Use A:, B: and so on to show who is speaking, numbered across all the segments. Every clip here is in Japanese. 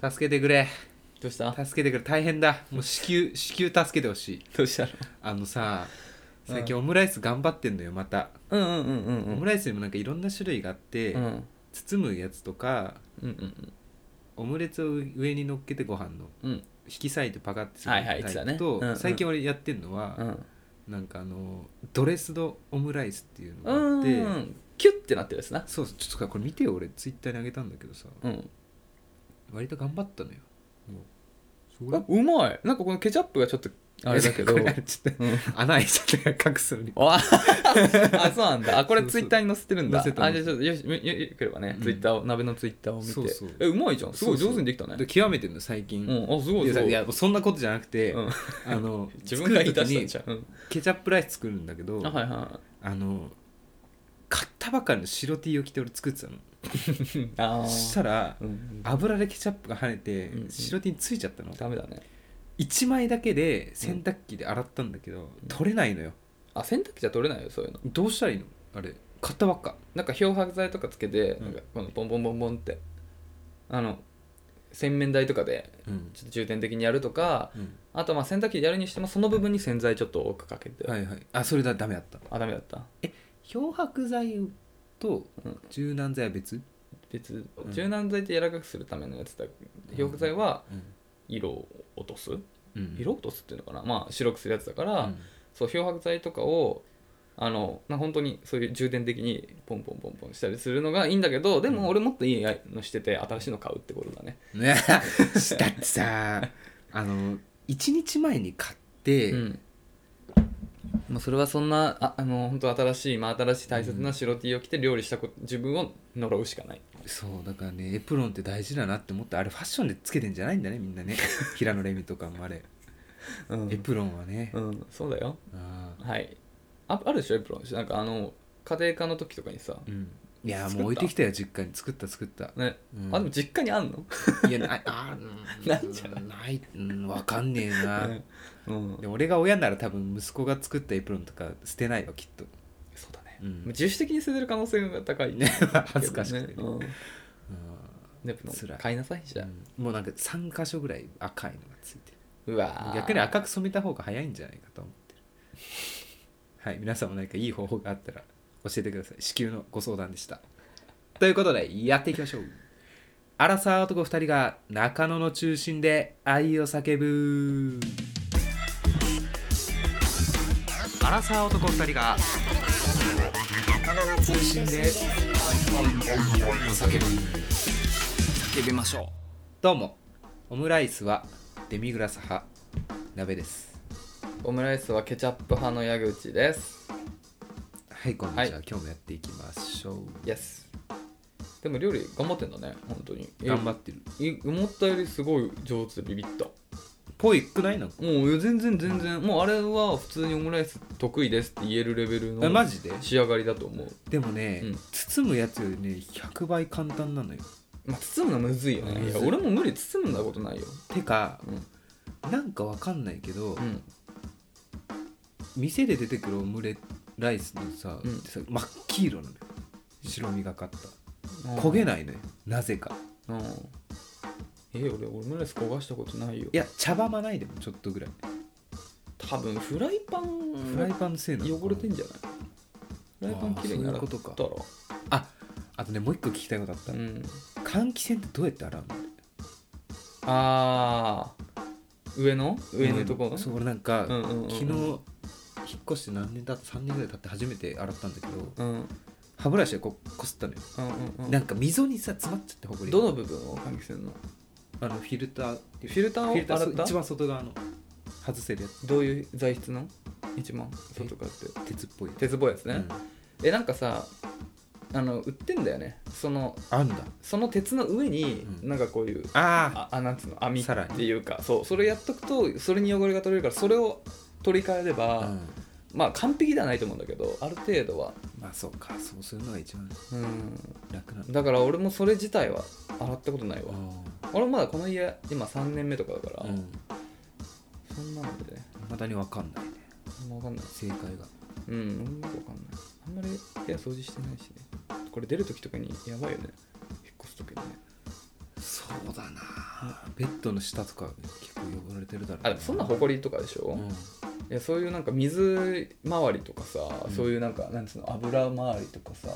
A: 助けてくれ
B: どうした
A: 助けてくれ大変だもう至急至急助けてほしい
B: どうしたの
A: あのさ
B: うん
A: 最近オムライス頑張ってんのよまた、
B: うんうんうんうんう
A: オム
B: ん
A: ライスにもなんかいろんな種類があって、
B: うんうん
A: 包むやつとか
B: うん
A: オムレツを上に乗っけてご飯の
B: うん
A: 引き裂いてパカッてする
B: はいはい言ってたね
A: と、
B: うんうん
A: 最近俺やってんのは、
B: うん
A: なんかあのドレスドオムライスっていうのが
B: う
A: あ
B: ん
A: っ
B: う
A: て、
B: んキュッてなってるやつな
A: そうそうちょっとこれ見てよ俺ツイッターにあげたんだけどさ
B: うん
A: 割と頑張ったのよもうすご
B: あ
A: いう
B: まいなんかこのケチャップがちょっとあれだけど
A: これ ちょっと
B: うん
A: 穴開いちゃったから隠すのに
B: ああそうなんだあこれ
A: そうそ
B: ツ
A: う
B: イッターに載せてるんだ
A: 載せた
B: あじゃあちょっとよしよよよければね、
A: うん
B: ツイッターを鍋のツイッターを見て
A: そうそう
B: えうまいじゃんすごい上手にできたね
A: で極めてんの最近、
B: うんあすごい
A: いや
B: す
A: だ
B: ご
A: い
B: い
A: やそんなことじゃなくて、
B: うん
A: あの
B: 自分が言い出
A: 作
B: した
A: る
B: んじゃん、うん
A: 時にケチャップライス作るんだけど
B: あはいは
A: あの買ったばかりの白 T を着て俺作ってたの
B: いああ
A: そしたら
B: うん
A: 油でケチャップが跳ねて
B: うん
A: 白 T についちゃったの
B: ダメだね
A: 1枚だけで洗濯機で洗ったんだけど、取れないのよ
B: あ洗濯機じゃ取れないよそういうの
A: どうしたらいいのあれ買ったばっか
B: なんか漂白剤とかつけて、
A: うん
B: なんかこのボンボンボンボンってあの洗面台とかで
A: うん、
B: ちょっと重点的にやるとかあとまあ洗濯機でやるにしてもその部分に洗剤ちょっと多くかけて、
A: はいはいあそれだダメだった
B: あダメだった
A: 漂白剤と
B: うん
A: 柔軟剤は別、
B: 別
A: ん
B: 柔軟剤って柔らかくするためのやつだ漂白剤は色を落とす
A: うん
B: 色を落とすっていうのかな、まあ白くするやつだから、
A: うん
B: そう漂白剤とかをあのな本当にそういう充電的にポンポンポンポンしたりするのがいいんだけどで
A: うん
B: も俺もっといいのしてて新しいの買うってことだね、
A: ねだってさあの1日前に買って、
B: うんもうそれはそんなああの本当新しい、まあ、新しい大切な白 T を着て料理したこと自分を呪うしかない
A: そうだからねエプロンって大事だなって思ってあれファッションでつけてんじゃないんだねみんなね平野レミとかもあれ
B: うん
A: エプロンはね、
B: うん、そうだよ
A: あー
B: はいああるでしょエプロンなんかあの家庭科の時とかにさ、
A: うんいや
B: 作っ
A: も
B: た
A: う置いてきたよ実家に作った作った、
B: ね
A: うん
B: あでも実家にあんの
A: いやないあーうん
B: なんじゃない
A: ない、うん、わかんねえな、
B: うん
A: で俺が親なら多分息子が作ったエプロンとか捨てないわきっと、
B: そうだね、
A: うん
B: 自主的に捨ててる可能性が高い
A: ね 恥ずかしくてね、
B: うん
A: う
B: ネプロン
A: 辛い
B: 買いなさいじゃあ
A: んもうなんか3箇所ぐらい赤いのがついてる
B: うわー
A: 逆に赤く染めた方が早いんじゃないかと思ってるはい皆さんも何かいい方法があったら教えてください至急のご相談でしたということでやっていきましょうアラサー男2人が中野の中心で愛を叫ぶアラサー男2人が中野の中心で愛を叫ぶ
B: 叫びましょう
A: どうもオムライスはデミグラス派鍋です
B: オムライスはケチャップ派の矢口です
A: はい、こんにちは。
B: は
A: 今日もやっていきましょう。
B: イエスでも料理頑張ってんだね本当に
A: 頑張ってる。
B: えい思ったよりすごい上手でビビった
A: ぽいくないなんか。
B: もう全然全然もうあれは普通にオムライス得意ですって言えるレベル
A: えマ
B: の
A: ジで
B: 仕上がりだと思う、
A: でもね、
B: うん
A: 包むやつよりね、100倍簡単なのよ。
B: まあ、包むのむずいよ
A: む
B: ねい
A: ず
B: や
A: い
B: 俺も無理包んだことないよ
A: てか、
B: うん
A: なんかわかんないけど、
B: うん
A: 店で出てくるオムレライスのさ、
B: うん
A: さ真っ黄色なのよ。白身がかった。焦げ
B: な
A: ない
B: い、
A: のよ。なぜか。
B: うん、え俺オムライス焦がしたことないよ
A: いや、茶葉まないでもちょっとぐらい。
B: 多分フライパン
A: フライパンのせいなのかな
B: 汚れてんじゃないフライパンきれいに洗
A: あーそういう
B: っ
A: こと
B: たら
A: ああとね、もう一個聞きたいことあった。
B: うん
A: 換気扇ってどうやって洗うの
B: あー上の上のところ、
A: そう、俺なんか、
B: うんうんうん、
A: 昨日引っ越して何年だった3年ぐらい経って初めて洗ったんだけど
B: うんうん
A: 歯ブラシでこうこすったのよ、
B: うんうん
A: なんか溝にさ詰まっちゃってほこりが
B: どの部分を換気扇の
A: あのフィルター
B: フィルター
A: フィルタ
B: を
A: ー
B: 洗
A: そう
B: った
A: 一番外側の外せるやつ
B: どういう材質の一番外側って
A: 鉄っぽいやつ
B: 鉄棒やつね、
A: うん
B: えなんかさあの売ってんだよねその
A: あんだ
B: その鉄の上に、
A: うん
B: なんかこういう
A: あ
B: ああなんつうの網っ
A: さらに
B: ていうかそうそれやっとくとそれに汚れが取れるからそれを取り替えれ
A: あ、
B: ば、
A: うん
B: まあ完璧ではないと思うんだけどある程度は
A: まあそうかそうするのが一番
B: うん
A: 楽なの
B: だから俺もそれ自体は洗ったことないわ
A: あ
B: 俺まだこの家今3年目とかだから、
A: ーうん
B: そんなのでね
A: まだに分かんないね
B: あんま分かんない
A: 正解が
B: うん俺もよく分かんないあんまり部屋掃除してないしねこれ出る時とかにやばいよね引っ越す時にね
A: そうそうだなベッドの下とか結構汚れてるだろう
B: あでもそんな埃とかでしょ、
A: うん
B: いやそういうなんか水回りとかさ、
A: うん
B: そういうなんかなんつうの油回りとかさ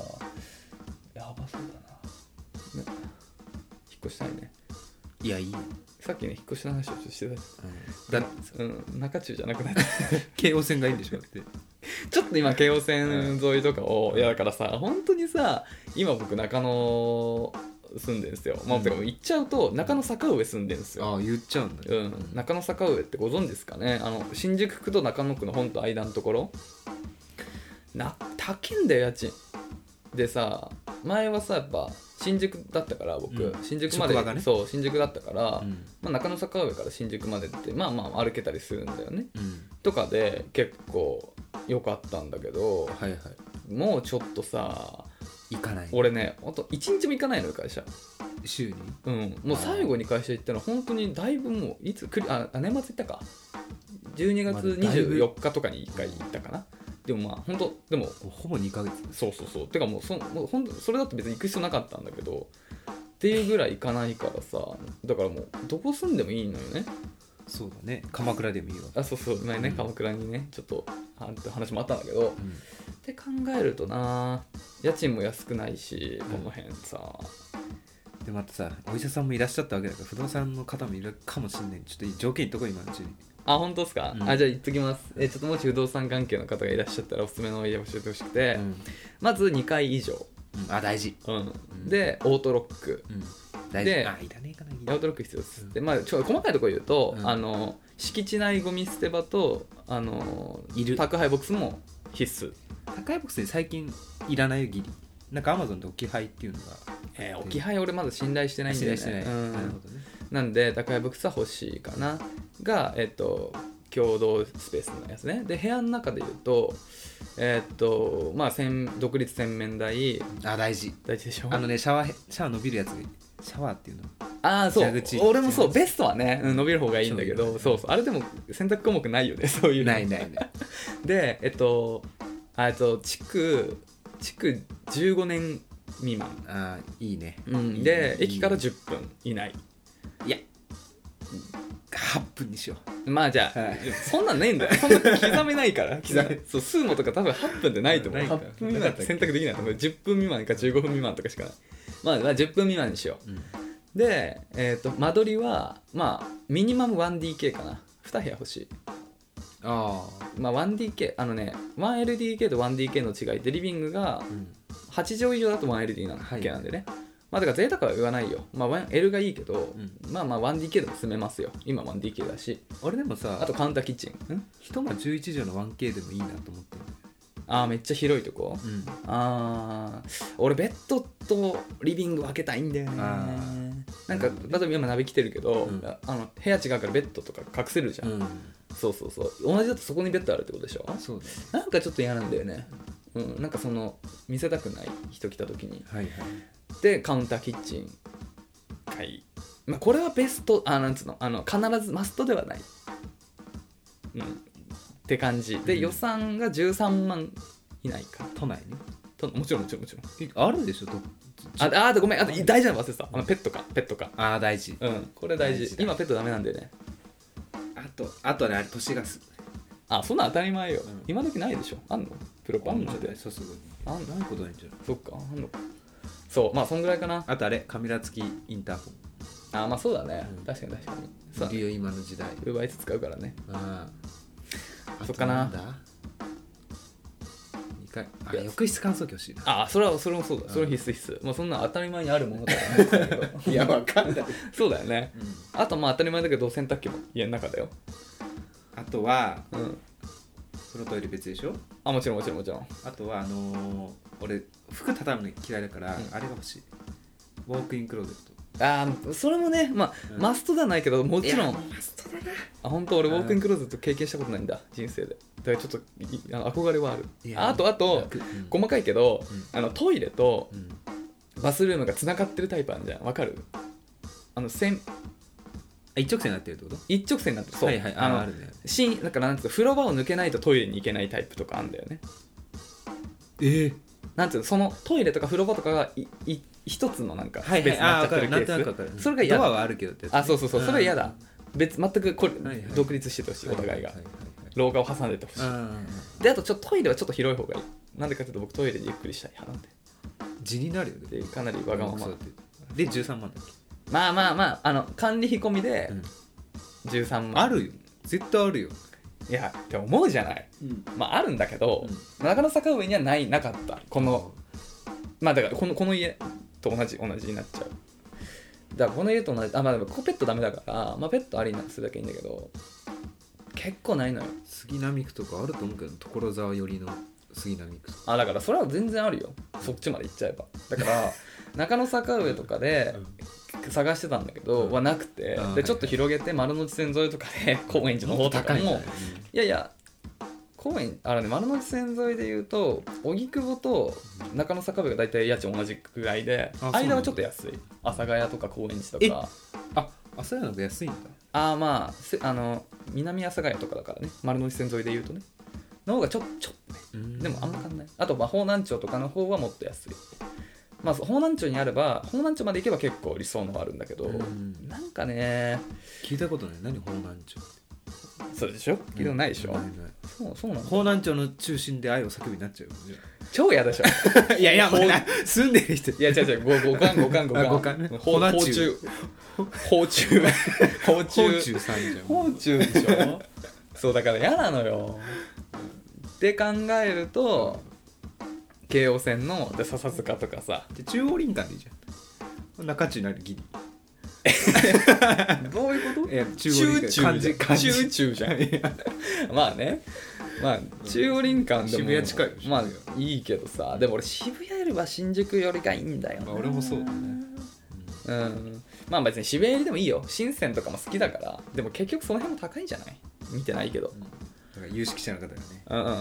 B: やばそうだな、ね、引っ越したいね
A: いやいいよ、
B: さっきね引っ越しの話をちょっとしてた
A: うん、だ
B: うん、中中じゃなくなった
A: 京王線がいいんでしょだって
B: ちょっと今京王線沿いとかを、いやだからさ本当にさ今僕中野住んでんですよまあ、
A: うん
B: てか行っちゃうと中野坂上住んでんですよ
A: ああ言っちゃうんだ
B: う
A: ね
B: ん、中野坂上ってご存知ですかねあの新宿区と中野区の本と間のところな高いんだよ家賃でさ前はさやっぱ新宿だったから僕、
A: うん
B: 新宿ま
A: 職
B: で、
A: 場がね
B: そう新宿だったから、
A: うん
B: まあ、中野坂上から新宿までってまあまあ歩けたりするんだよね
A: うん
B: とかで結構良かったんだけど
A: はいはい
B: もうちょっとさ
A: 行かない
B: 俺ねほんと1日も行かないのよ会社
A: 週に
B: うん、もう最後に会社行ったのは本当にだいぶもういつくりああ年末行ったか12月
A: まあだいぶ
B: 24日とかに1回行ったかなでもまあ本当でも
A: ほぼ2ヶ月
B: そうそうそうてかもうそもう本当それだと別に行く必要なかったんだけどっていうぐらい行かないからさだからもうどこ住んでもいいのよね
A: そうだね鎌倉でもいいわ
B: あそうそう前ね鎌倉にねちょっとあって話もあったんだけど
A: うん
B: って考えるとな家賃も安くないしこの辺さ、
A: でまたさお医者さんもいらっしゃったわけだから不動産の方もいるかもしんないちょっと条件言っとこう今のうちに
B: あ、本当ですか、
A: うん
B: あ、じゃあ言っときます。え、ちょっともし不動産関係の方がいらっしゃったらおすすめの家を教えてほしくて、
A: うん
B: まず2階以上。
A: うんあ大事
B: うん
A: ん
B: で、オートロック。
A: うん大
B: で
A: 事あいらねえかない
B: オ
A: ら
B: ー
A: ね
B: トロック必要です。
A: うん
B: で、まあ、ちょ細かいところ言うと、
A: うん
B: あの、敷地内ゴミ捨て場と、あの、
A: いる
B: 宅配ボックスも必須。
A: え高いボックスに最近いらないよギリなんかアマゾンで置き配っていうのが
B: えー置き配俺まだ信頼してないんで、ね、
A: してないして
B: う
A: ない
B: ん
A: なるほどね
B: なんで宅配ボックスは欲しいかながえっと共同スペースのやつねで部屋の中で言うとえっとまあ洗独立洗面台
A: あ大事
B: 大事でしょ
A: あのねシャワーシャワー伸びるやつシャワーっていうの
B: ああそう
A: 蛇口
B: 俺もそうベストはね、うん伸びる方がいいんだけ
A: そう
B: ど
A: ね
B: そうそうあれでも選択項目ないよね そういうの
A: ないないない
B: でえっとあえっと築築15年未満、
A: あーいいね
B: うん、
A: いい
B: で
A: ね
B: 駅から10分以内
A: いや8分にしよ
B: まあじゃあ、
A: はい
B: そんなんない んだよそんな刻めないから刻めそうスーモとか多分8分でないと思う
A: ないから
B: 8分以内って選択できないと思う10分未満か15分未満とかしかない、まあ、まあ10分未満にしよ
A: う、うん、
B: うで、えっと間取りはまあミニマム 1DK かな2部屋欲しい
A: ああ
B: まあ、1DK あのね 1LDK と 1DK の違いってリビングが
A: うん
B: 8畳以上だと 1LDK なん
A: はい
B: けなんでね、まあだから贅沢は言わないよまあ 1L がいいけど、
A: う
B: まあまあ 1DK でも住めますよ今 1DK だし
A: 俺でもさ
B: あとカウンターキッチンん
A: 一間11畳の 1K でもいいなと思って
B: ああめっちゃ広いとこ、
A: る、うん、
B: あー俺ベッドとリビング分けたいんだよね
A: あ
B: なん
A: なるほ
B: か
A: どね
B: 例えば今鍋来てるけど、
A: うん
B: あの部屋違うからベッドとか隠せるじゃん、
A: う
B: そうそうそう同じだとそこにベッドあるってことでしょ
A: ん、そうだね。
B: なんかちょっと嫌なんだよね、うん、なんかその見せたくない人来た時に
A: はいはい。
B: でカウンターキッチンはい、まあ、これはベストあなんつうのあの必ずマストではない、うん、って感じで、
A: うん
B: 予算が13万以内か
A: 都内ね。
B: ともちろんもちろんもちろん
A: えあるでしょ、ど
B: ああーごめんあと大事なの忘れてたあのペットかペットか
A: ああ、大事。
B: うんこれ大
A: 大
B: 事
A: 事だ
B: 今ペットダメなんだよね
A: あと、あとね、あれ、都市ガス。
B: あそんなん当たり前よ、
A: うん
B: 今時ないでしょあんのプロパンの
A: じゃ
B: で
A: ない、注ぐに。
B: あんの
A: ないことないんじゃない
B: そっかあんのかそうまあそんぐらいかな
A: あとあれ、カメラ付きインターホン。
B: あまあそうだね、
A: うん
B: 確かに確かにそうだ
A: い
B: ね
A: るよ、今の時代。
B: 奪いつ使うからね
A: ああ。
B: そっかな
A: あとんだ二回。あ、
B: いや
A: 浴室乾燥機欲しいな。
B: あそれはそれもそうだそれは必須必須、まあ、そんなん当たり前にあるものだと思うんだけど
A: かん ない。
B: そうだよね
A: うん
B: あとまあ当たり前だけど洗濯機も家の中だよ
A: あとは、
B: うん
A: 風呂トイレ別でしょ
B: あもちろんもちろんもちろん
A: あとは、あのー、俺、服畳むの嫌いだから、
B: うん
A: あれが欲しい。ウォークインクローゼット。
B: あーそれもねまあ、
A: うん
B: マストではないけどもちろん
A: マストだな。
B: あ本当俺ウォークインクローゼット経験したことないんだ人生でだからちょっといあの憧れはある
A: いや
B: あとあと
A: 楽うん
B: 細かいけど、
A: う
B: あのトイレと
A: うん
B: バスルームがつながってるタイプあるじゃんわかるあの線
A: あ一直線になってるってこと
B: 一直線になってるそう、
A: はいはいあ
B: あの
A: あるね
B: しんだからなんつうの風呂場を抜けないとトイレに行けないタイプとかあるんだよね
A: え
B: なんつうのそのトイレとか風呂場とかがいい一つのなんか
A: は
B: ス
A: い
B: ペ
A: はい
B: ースに
A: あ
B: なっ
A: あ
B: ちゃって
A: 分か
B: る
A: る
B: ケ
A: なんとなく
B: ー
A: 分かる
B: スそれが嫌
A: ドア
B: だ
A: はあるけどってやつね
B: あそうそうそうそれ嫌だ別全くこれ
A: はいはい
B: 独立しててほしい
A: は
B: お
A: いはい
B: 互いが
A: ははい
B: 廊下を挟んでてほし
A: う
B: い
A: ん
B: であとちょっとトイレはちょっと広い方がいいなんでかというと僕トイレでゆっくりしたい派なんで
A: 地になるよね
B: でかなりわがまま
A: そうで13万だっけ
B: まあまあまああの管理費込みで13万
A: あるよ絶対あるよ
B: いやって思うじゃないまああるんだけど、
A: うん
B: 中野坂上にはないなかったこのまあだからこのこの家と同じ同じになっちゃうだからこの家と同じあまあでもここペットダメだから、まあ、ペットありにするだけいいんだけど結構ないのよ
A: 杉並区とかあると思うけど所沢寄りの杉並区とか
B: あだからそれは全然あるよそっちまで行っちゃえばだから 中野坂上とかで探してたんだけど、
A: うん
B: はなくて
A: あー
B: でちょっと広げて丸の内線沿いとかで高円寺の方とか
A: 高いん
B: も
A: じゃな
B: い
A: い
B: やいや高円あのね丸の内線沿いで言うと荻窪と中野坂上が大体家賃同じくらいで
A: あそうなんだ
B: 間はちょっと安い阿佐ヶ谷とか高円寺とか
A: あ朝やのが安いんだ
B: ああまあせあの南阿佐ヶ谷とかだからね丸の内線沿いで言うとねの方がちょちょっとねでもあんま変わんないあとまあ方南町とかの方はもっと安いまあそう方南町にあれば方南町まで行けば結構理想のはあるんだけど、
A: うん
B: なんかね
A: 聞いたことない何方南町って
B: そうでしょ聞いたことないでしょ、
A: ないない
B: そうそうなの
A: 方南町の中心で愛を叫びになっちゃうよじゃ
B: 超嫌で しょ
A: あいやいや、まあな 住んでる人
B: いや違う違うごごかんごかんごかん
A: あごかんね
B: ほ
A: 方
B: 放
A: 南
B: 中
A: 中
B: 放中 放
A: 中
B: 中
A: さんじゃん
B: 放中でしょそうだから嫌なのよって考えると京王線ので笹塚とかさ
A: で中央林間でいいじゃん中中なるギリ
B: どういうこと
A: いや中
B: 中
A: 央
B: 央
A: 林間漢字漢字
B: 中中じゃんまあねまあ中央林間でも
A: 渋谷近いよ
B: まあ
A: 渋
B: いいけどさでも俺渋谷よりは新宿よりがいいんだよな
A: まあ俺もそうだね
B: うんまあ別に渋谷よりでもいいよ深センとかも好きだからでも結局その辺も高いんじゃない見てないけど
A: だから有識者の方がね
B: うんう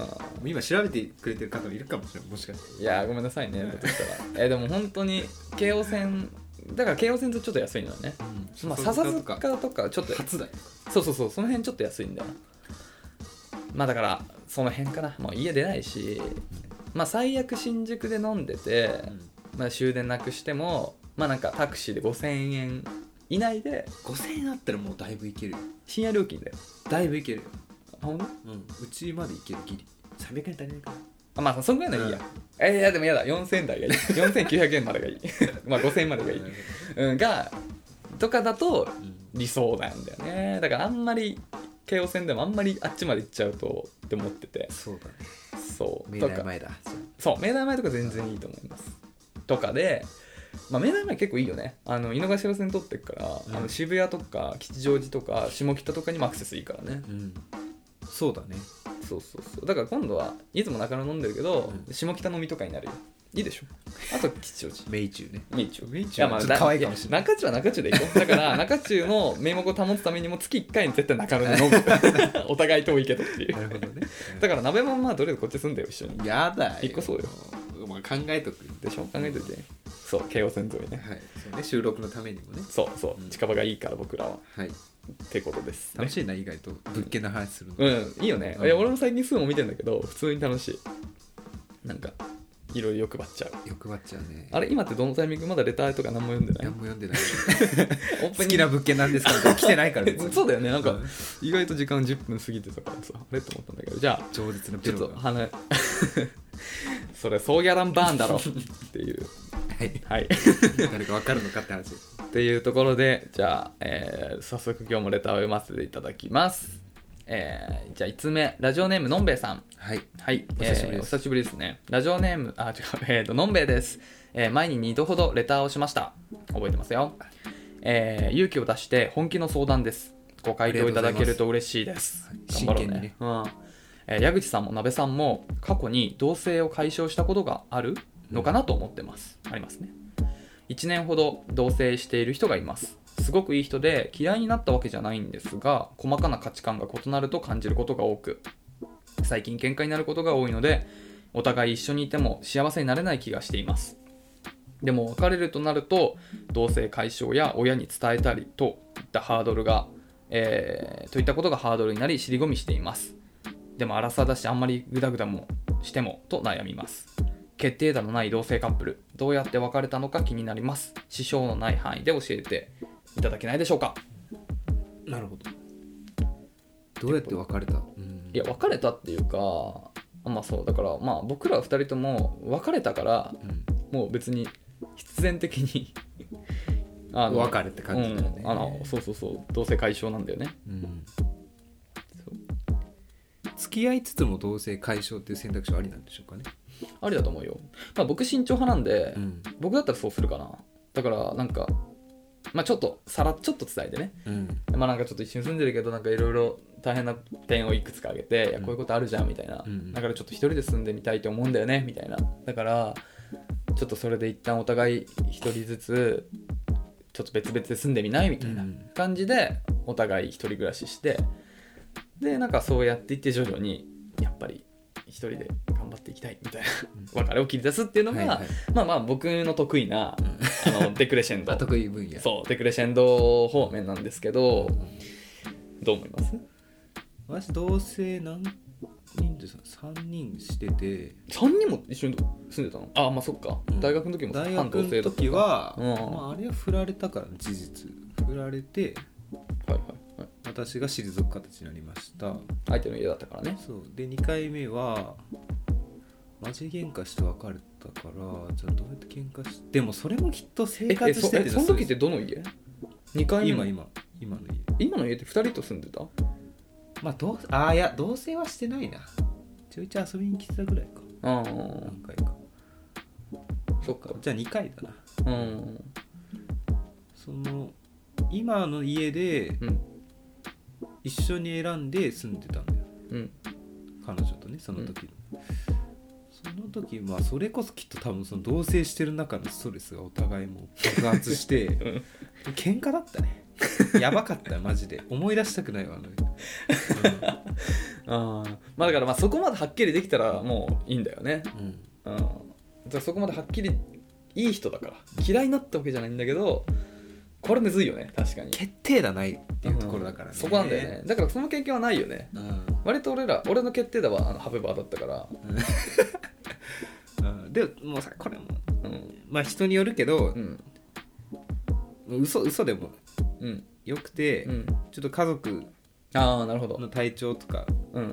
B: ん
A: 今調べてくれてる方もいるかもしれないもしかして
B: いやーごめんなさいねだとした らえでも本当に京王線だから京王線とちょっと安いのよねまあ笹塚とかちょっと
A: 初だよ
B: そうそうそうその辺ちょっと安いんだよまあだからその辺かなもう家出ないしまあ最悪新宿で飲んでて、まあ、終電なくしてもまあなんかタクシーで5000円以内で
A: 5000円あったらもうだいぶいけるよ
B: 深夜料金だよ
A: だいぶいけるよ
B: あほんと
A: うんうちまでいけるギリ300円足りないかな
B: あまあそんぐらいならいいや、
A: うん
B: えいやでもやだ4000台がいい4900円までがいい まあ5000円までがいい、うん、がとかだと理想なんだよねだからあんまり京王線でもあんまりあっちまで行っちゃうとって思ってて
A: そうだね
B: そう
A: 明
B: と
A: 大
B: か
A: 前だ
B: そう明大前とか全然いいと思いますとかで、まあ、明大前結構いいよねあの井の頭線通ってっから、
A: うん
B: あの渋谷とか吉祥寺とか下北とかにもアクセスいいからね
A: うんそうだね
B: そうそうそうだから今度はいつも中野飲んでるけど、
A: う
B: 下北飲みとかになるよいいでしょあと吉祥寺
A: 明中ね
B: 明中
A: 明
B: い
A: 中
B: やまあ
A: はちょっと可愛いかもしれない
B: や中中は中中で行こうだから 中中の名目を保つためにも月1回に絶対中野で飲む お互い遠いけどっていう
A: なるほどね
B: だから鍋もまあどれこっち住んでよ一緒に
A: やだ
B: 引っ越そうよ
A: まあ考えとく
B: でしょ考えといてそう京王線沿いね
A: はいそうね収録のためにもね
B: そうそう、
A: うん
B: 近場がいいから僕らは
A: はい
B: ってことです、ね
A: 楽、しいな意外と物件の話するの
B: うんいいよね、
A: うん
B: いや俺も最近数も見てんだけど普通に楽しいなんかいろいろ欲張っちゃう
A: 欲張っちゃうね
B: あれ今ってどのタイミングまだレターとか何も読んでない
A: 何も読んで ない
B: オープ
A: 好
B: ニン
A: き
B: グ
A: な物件なんですかみたい な来てないから別に
B: そうだよねなんか
A: うん
B: 意外と時間10分過ぎてたからさあれと思ったんだけどじゃあ
A: 饒舌な
B: ち
A: ベ
B: ょっ
A: ロ
B: と
A: が
B: 鼻 それソーギャランバーンだ ろっていう
A: はい
B: はい
A: 誰か分かるのかって話
B: っていうところでじゃあ、えー早速今日もレターを読ませていただきます、えーじゃあ5つ目ラジオネームのんべえさん
A: はい
B: はい、
A: お久しぶり
B: えー
A: で
B: お
A: す
B: 久しぶりですねラジオネームあ違う えーとのんべえです、えー前に2度ほどレターをしました覚えてますよ、えー勇気を出して本気の相談ですご回答いただけると嬉しいです
A: ありがとう
B: 頑
A: ございう
B: 張ろ
A: ます
B: ねうんえー矢口さんも鍋さんも過去に同性を解消したことがあるのかなと思ってます、ありますね1年ほど同棲している人がいますすごくいい人で嫌いになったわけじゃないんですが細かな価値観が異なると感じることが多く最近喧嘩になることが多いのでお互い一緒にいても幸せになれない気がしていますでも別れるとなると同性解消や親に伝えたりといったハードルが、えーといったことがハードルになり尻込みしていますでも荒さだしあんまりグダグダもしてもと悩みます決定打のない同性カップルどうやって別れたのか気になります支障のない範囲で教えていただけないでしょうか
A: なるほどどうやって別れた、うん
B: いや別れたっていうかまあそうだからまあ僕ら2人とも別れたから
A: うん
B: もう別に必然的 にあ
A: お別れって感じだよね、
B: うん、あのそうそうそう同性解消なんだよね
A: うん
B: そう
A: 付き合いつつも同性解消っていう選択肢はありなんでしょうかね、
B: ありだと思うよ、まあ、僕慎重派なんで、
A: うん
B: 僕だったらそうするかなだからなんかまあちょっとさらちょっと伝えてね
A: うん
B: まあなんかちょっと一緒に住んでるけどなんかいろいろ大変な点をいくつか挙げて、いやこういうことあるじゃんみたいな、
A: うん
B: だからちょっと一人で住んでみたいと思うんだよねみたいなだからちょっとそれで一旦お互い一人ずつちょっと別々で住んでみないみたいな
A: うん
B: 感じでお互い一人暮らししてでなんかそうやっていって徐々にやっぱり一人で頑張っていきたいみたいな別れを切り出すっていうのが、
A: はいはい
B: まあまあ僕の得意な、あのデクレシェン
A: ま
B: ド
A: あ、得意分野
B: そうデクレシェンド方面なんですけどどう思います
A: 私同性何人ですか3人してて
B: ?3 人も一緒に住んでたのあまあそっか、
A: うん
B: 大学の時も
A: 大
B: 半
A: 学
B: 同性
A: の
B: だった
A: 時は、
B: うん
A: まあ、あれは振られたから事実振られて
B: はいはいはい
A: 私が退く形になりました
B: 相手の家だったからね
A: そうで2回目はマジ喧嘩して別れたからじゃあどうやって喧嘩してでもそれもきっと生
B: ええ
A: 活
B: そ
A: して
B: え
A: て
B: その時ってどの家 ?2 階目の
A: 今今今の家
B: 今の家って2人と住んでた
A: まあどうあーいや同棲はしてないなちょいちょい遊びに来てたぐらいか
B: ああ
A: 何回か
B: そっか
A: じゃあ2回だな
B: うん
A: その今の家で
B: うん
A: 一緒に選んで住んでたんだよ
B: うん
A: 彼女とねその時の、その時まあそれこそきっと多分その同棲してる中のストレスがお互いもう 爆発して
B: ん
A: 喧嘩だったねやばかったよマジで思い出したくないわあの
B: ああまあだからまあそこまではっきりできたらもういいんだよね
A: うん、うん
B: うん、だからそこまではっきりいい人だから嫌いになったわけじゃないんだけどこれむずいよね確かに
A: 決定打ないっていうところだからね、
B: うんそこなんだよねだからその経験はないよね
A: うん、
B: 割と俺ら俺の決定打はあのハブバーだったから、
A: うんでももうさこれも
B: うん
A: まあ人によるけど
B: う、ん
A: 嘘嘘でも
B: うん
A: よくて、
B: うん
A: ちょっと家族
B: ああなるほど
A: の体調とか
B: うんうん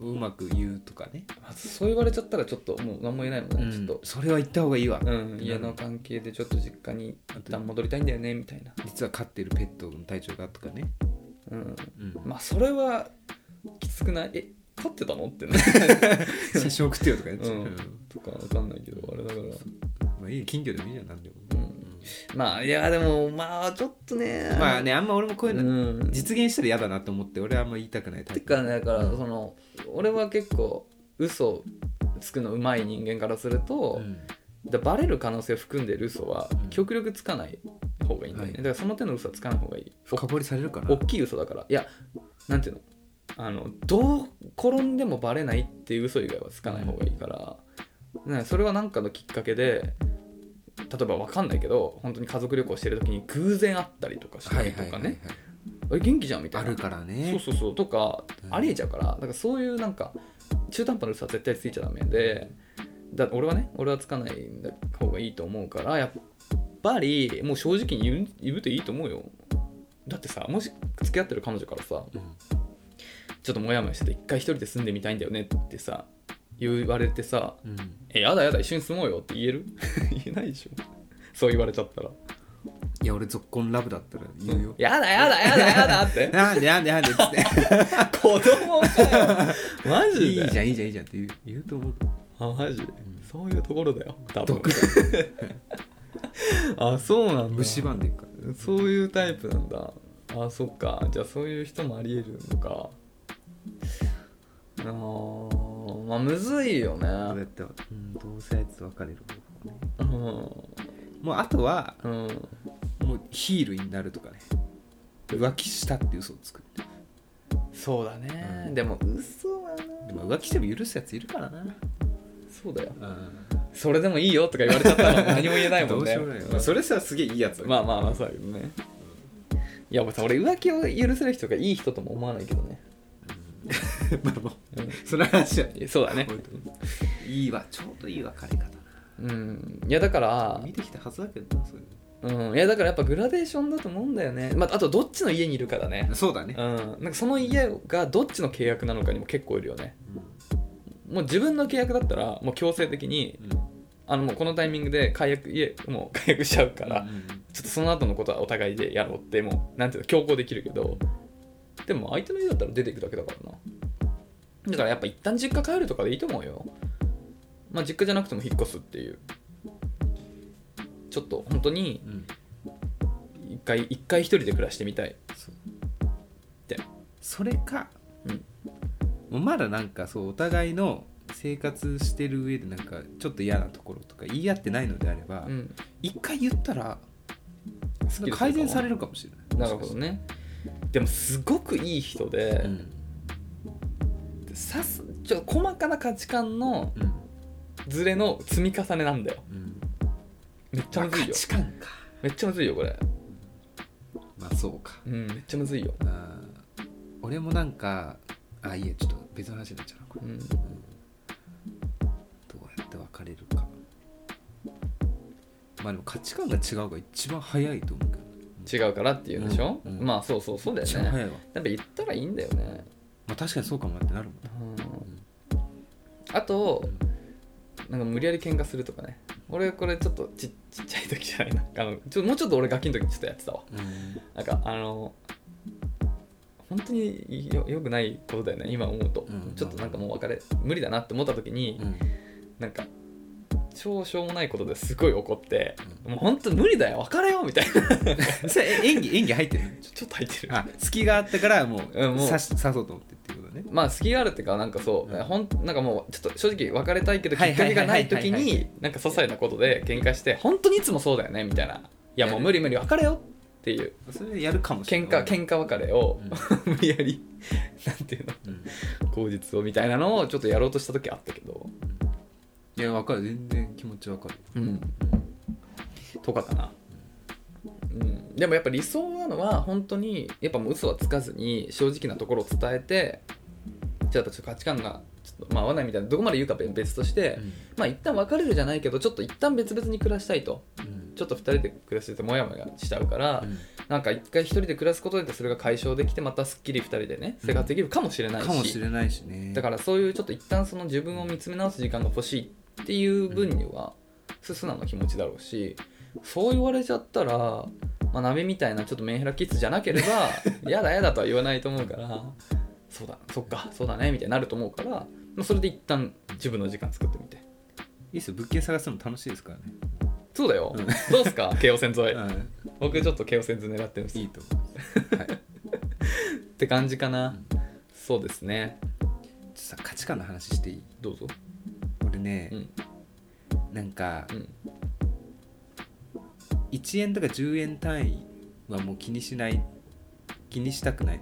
B: うん
A: うまく言うとかね、
B: あそう言われちゃったらちょっともう何も言えないもんね、
A: ち
B: ち
A: ょっと
B: ょっと、
A: それは言った方がいいわ、
B: うん、家の関係でちょっと実家に一旦戻りたいんだよねみたいな、
A: 実は飼ってるペットの体調がとかね、
B: うん、
A: うん
B: まあそれはきつくないえ飼ってたのって ね
A: 写真送ってよとかね、
B: うんとかわかんないけどあれだから
A: まあいい金魚でもいいじゃんなんでも、
B: うんまあいやでもまあちょっとね
A: まあねあんま俺もこういう
B: う
A: の
B: ん
A: 実現したら嫌だなと思って俺はあんま言いたくないタ
B: て
A: イプ
B: かねだからその俺は結構嘘つくのうまい人間からすると
A: う、ん
B: だバレる可能性を含んでる嘘は
A: うん
B: 極力つかない方がいいんだよね、
A: はい
B: だからその手の嘘はつかない方がいい
A: 深掘りされるかな
B: 大きい嘘だからいやなんていうのあのどう転んでもバレないっていう嘘以外はつかない方がいいから、ね、それは何かのきっかけで例えば分かんないけど本当に家族旅行してる時に偶然会ったりとかしたりとかね「え元気じゃん」みた
A: あ
B: いな
A: るからね
B: そうそうそうとか
A: うん
B: ありえちゃうから、だからそういうなんか中途半端な嘘は絶対ついちゃダメでだ俺はね俺はつかない方がいいと思うからやっぱりもう正直に言う言うといいと思うよだってさもし付き合ってる彼女からさ
A: うん
B: ちょっとモヤモヤしてて一回一人で住んでみたいんだよねってさ言われてさ
A: うん
B: 「えやだやだ一緒に住もうよ」って言える 言えないでしょそう言われちゃったら「
A: いや俺ぞっこんラブだったら言うよ、
B: やだやだやだやだ」って
A: なんでなんでなんでっつって
B: 子供かよ マジで
A: いいじゃんいいじゃんいいじゃんって言う言うと思う
B: あマジ、そういうところだよ多分
A: 毒
B: あそうなんだ
A: 蝕んでるから
B: そういうタイプなんだあそっかじゃあそういう人もありえるのかあーまあむずいよね
A: どうやって、うん、どうせあいつと別れる方法ね
B: うん
A: もうあとは
B: うん
A: もうヒールになるとかね浮気したって嘘をつく
B: そうだね、
A: うん
B: でも嘘はな
A: でも浮気しても許すやついるからな
B: そうだよ
A: うん
B: それでもいいよとか言われちゃった ら何も言えないも
A: ど
B: んね
A: うしようもないよまあそれさすげえいいやつだけど
B: まあまあまあそうだけどねいや俺さ俺浮気を許せる人がいい人とも思わないけどね、
A: まあもうその話は
B: うんそうだね
A: いいわちょうどいい別れ方な
B: うんいやだから
A: 見てきたはずだけどなそういう
B: うんいやだからやっぱグラデーションだと思うんだよねまああとどっちの家にいるかだね
A: のそうだね
B: うんなんかその家がどっちの契約なのかにも結構いるよねもう自分の契約だったらもう強制的に
A: うん
B: あのもうこのタイミングで解約家もう解約しちゃうから、
A: うんうん
B: ちょっとその後のことはお互いでやろうってもうなんていうの強行できるけどでも相手の家だったら出ていくだけだからなだからやっぱ一旦実家帰るとかでいいと思うよまあ実家じゃなくても引っ越すっていうちょっと本当に
A: うんうん
B: 一回一回一人で暮らしてみたい
A: そう
B: で
A: それか、
B: うん
A: もうまだなんかそうお互いの生活してる上でなんかちょっと嫌なところとか言い合ってないのであれば、
B: うん
A: 一回言ったら
B: すっきりするかも
A: 改善されるかもしれない
B: なるほどねでもすごくいい人で、
A: うん
B: さすちょ細かな価値観の
A: うん
B: ズレの積み重ねなんだよ
A: うん
B: めっちゃむずい
A: 価
B: よ
A: 値観か
B: めっちゃむずいよこれ
A: まあそうか
B: うんめっちゃむずいよ
A: あー俺もなんかあいいやちょっと別の話になっちゃうなこれ、
B: うん
A: どうやって別れるかまあでも価値観が違うが一番早いと思うけど
B: 違うからっていうんでしょ、
A: うんうん
B: まあそうそうそうだよ
A: 一
B: ね
A: 番
B: やっ
A: 早いわ、
B: ぱ言ったらいいんだよね、
A: まあ、確かにそうかもなってなるもん
B: うん、あとなんか無理やり喧嘩するとかね俺これちょっとちちっちゃい時じゃないなあのちょもうちょっと俺ガキの時にちょっとやってたわ
A: うん
B: なんかあの本当によよくないことだよね今思うと、
A: うん
B: ちょっとなんかもう別れ無理だなって思った時に、
A: うん
B: なんか超しょうもないことですごい怒って、もう本当無理だよ別れようみたいな
A: それ演技演技入ってるの
B: ちょち ょっと入ってる
A: あ隙があったからもう
B: うんもう
A: 刺し刺そうと思ってっていうことね
B: まあ隙があるっていうかなんかそう、
A: うん
B: ほんなんかもうちょっと正直別れたいけどき
A: はい
B: っ
A: は
B: か
A: いは
B: けが
A: いは
B: ないい時
A: はいは
B: になんか些細なことで喧嘩して本当にいつもそうだよねみたいないやもう無理無理別れよっていう
A: それやるかもしれ
B: 喧
A: ない
B: 嘩喧嘩別れを、 無理やりなんていう
A: うんうん
B: の口実をみたいなのをちょっとやろうとした時あったけど
A: いや分かる全然気持ち分かる
B: うんとかかな、うん、でもやっぱ理想なのは本当にやっぱもう嘘はつかずに正直なところを伝えてじゃあやっぱちょっと価値観がちょっと、まあ、合わないみたいなどこまで言うか別別として、まあ一旦別れるじゃないけどちょっと一旦別々に暮らしたいと
A: うん
B: ちょっと2人で暮らしててモヤモヤしちゃうから、なんか一回一人で暮らすことでそれが解消できてまたすっきり2人でね生活できるかもしれないし,、
A: かもしれないしね
B: だからそういうちょっと一旦その自分を見つめ直す時間が欲しいっていう分には素直な気持ちだろうしそう言われちゃったら、まあ、鍋みたいなちょっとメンヘラキッズじゃなけれ ばやだやだとは言わないと思うからそうだそっかそうだねみたいになると思うから、まあ、それで一旦自分の時間作ってみて。
A: いいっすよ物件探すの楽しいですからね、
B: そうだよ。
A: うん
B: どう すか、京王線沿い。
A: うん
B: 僕ちょっと京王線沿い狙ってるんです。
A: い
B: っ
A: いと思う、 はい、
B: て感じかな。
A: ん
B: そうですね。
A: さ価値観の話していい
B: どうぞ。
A: 俺ね、
B: うん
A: なんか
B: うん。
A: 1円とか10円単位はもう気にしない気にしたくない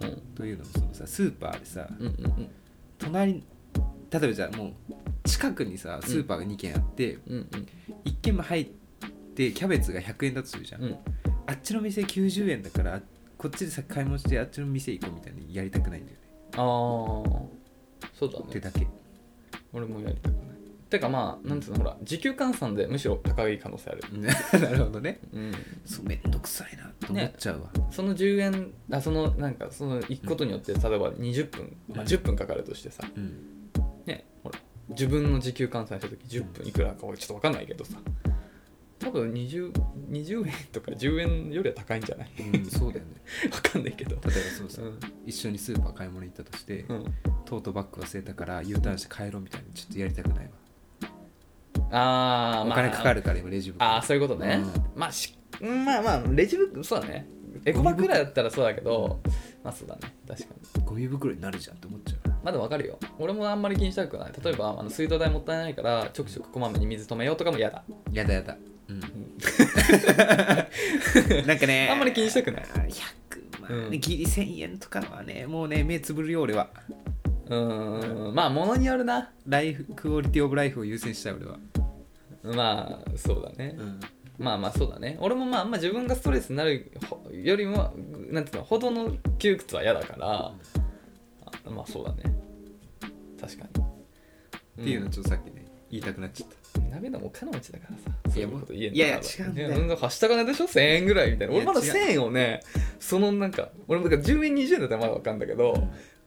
B: うん。
A: というのもそのさスーパーでさ
B: うんうん
A: 隣例えばじゃあもう近くにさスーパーが2軒あって、
B: うん。うんうん
A: 1軒も入ってキャベツが100円だとするじゃん、
B: うん。
A: あっちの店90円だからあこっちでさ買い物してあっちの店行こうみたいにやりたくないんだよね
B: ああ。そうだ
A: って
B: ね。
A: だけ
B: 俺もやりたくない。てかまあ、なんつうの、ほら、時給換算でむしろ高い可能性ある。
A: なるほどね
B: うん。
A: そうめんどくさいなと思っちゃうわ、
B: その10円、あ、その、なんか、その、行くことによって、例えば20分、まあ、10分かかるとしてさ、
A: うん
B: ね、ほら自分の時給換算した時10分いくらかはちょっと分かんないけどさ多分 20, 20円とか10円よりは高いんじゃない
A: うん、そうだよね
B: 分かんないけど
A: 例えばそうさ、
B: うん
A: 一緒にスーパー買い物行ったとして、
B: うん、
A: トートバッグ忘れたから U ターンして帰ろうみたいにちょっとやりたくないわ、
B: あー、まあ
A: お金かか
B: る
A: るから今レジ袋
B: ああそういうことね、まあしうんまあまあレジ袋そうだねエコバッグぐらいだったらそうだけどまあそうだね確かに
A: ゴミ袋になるじゃんって思っちゃう
B: まだ分かるよ俺もあんまり気にしたくない例えばあの水道代もったいないからちょくちょくこまめに水止めようとかも嫌だ
A: やだやだうん なんかね
B: あんまり気にしたくない
A: 100万、
B: うん
A: ギリ1000円とかはねもうね目つぶるよ俺は
B: うーんまあものによるな
A: ライフクオリティオブライフを優先したい俺は、
B: まあそうだね
A: うん、
B: まあまあそうだね俺もまああんま自分がストレスになるほよりもなんていうのほどの窮屈は嫌だからあまあそうだね確かに
A: っていうのを
B: ん
A: ちょっとさっきね言いたくなっちゃった
B: 鍋のお金持ちだからさそういうこと言えん
A: いや
B: だから
A: いやいや違うんだよ
B: いやはした金でしょ1000円ぐらいみたいない
A: や
B: 俺まだ
A: 違う
B: 1000円をねそのなんか俺もだから10円20円だったらまだわかんだけど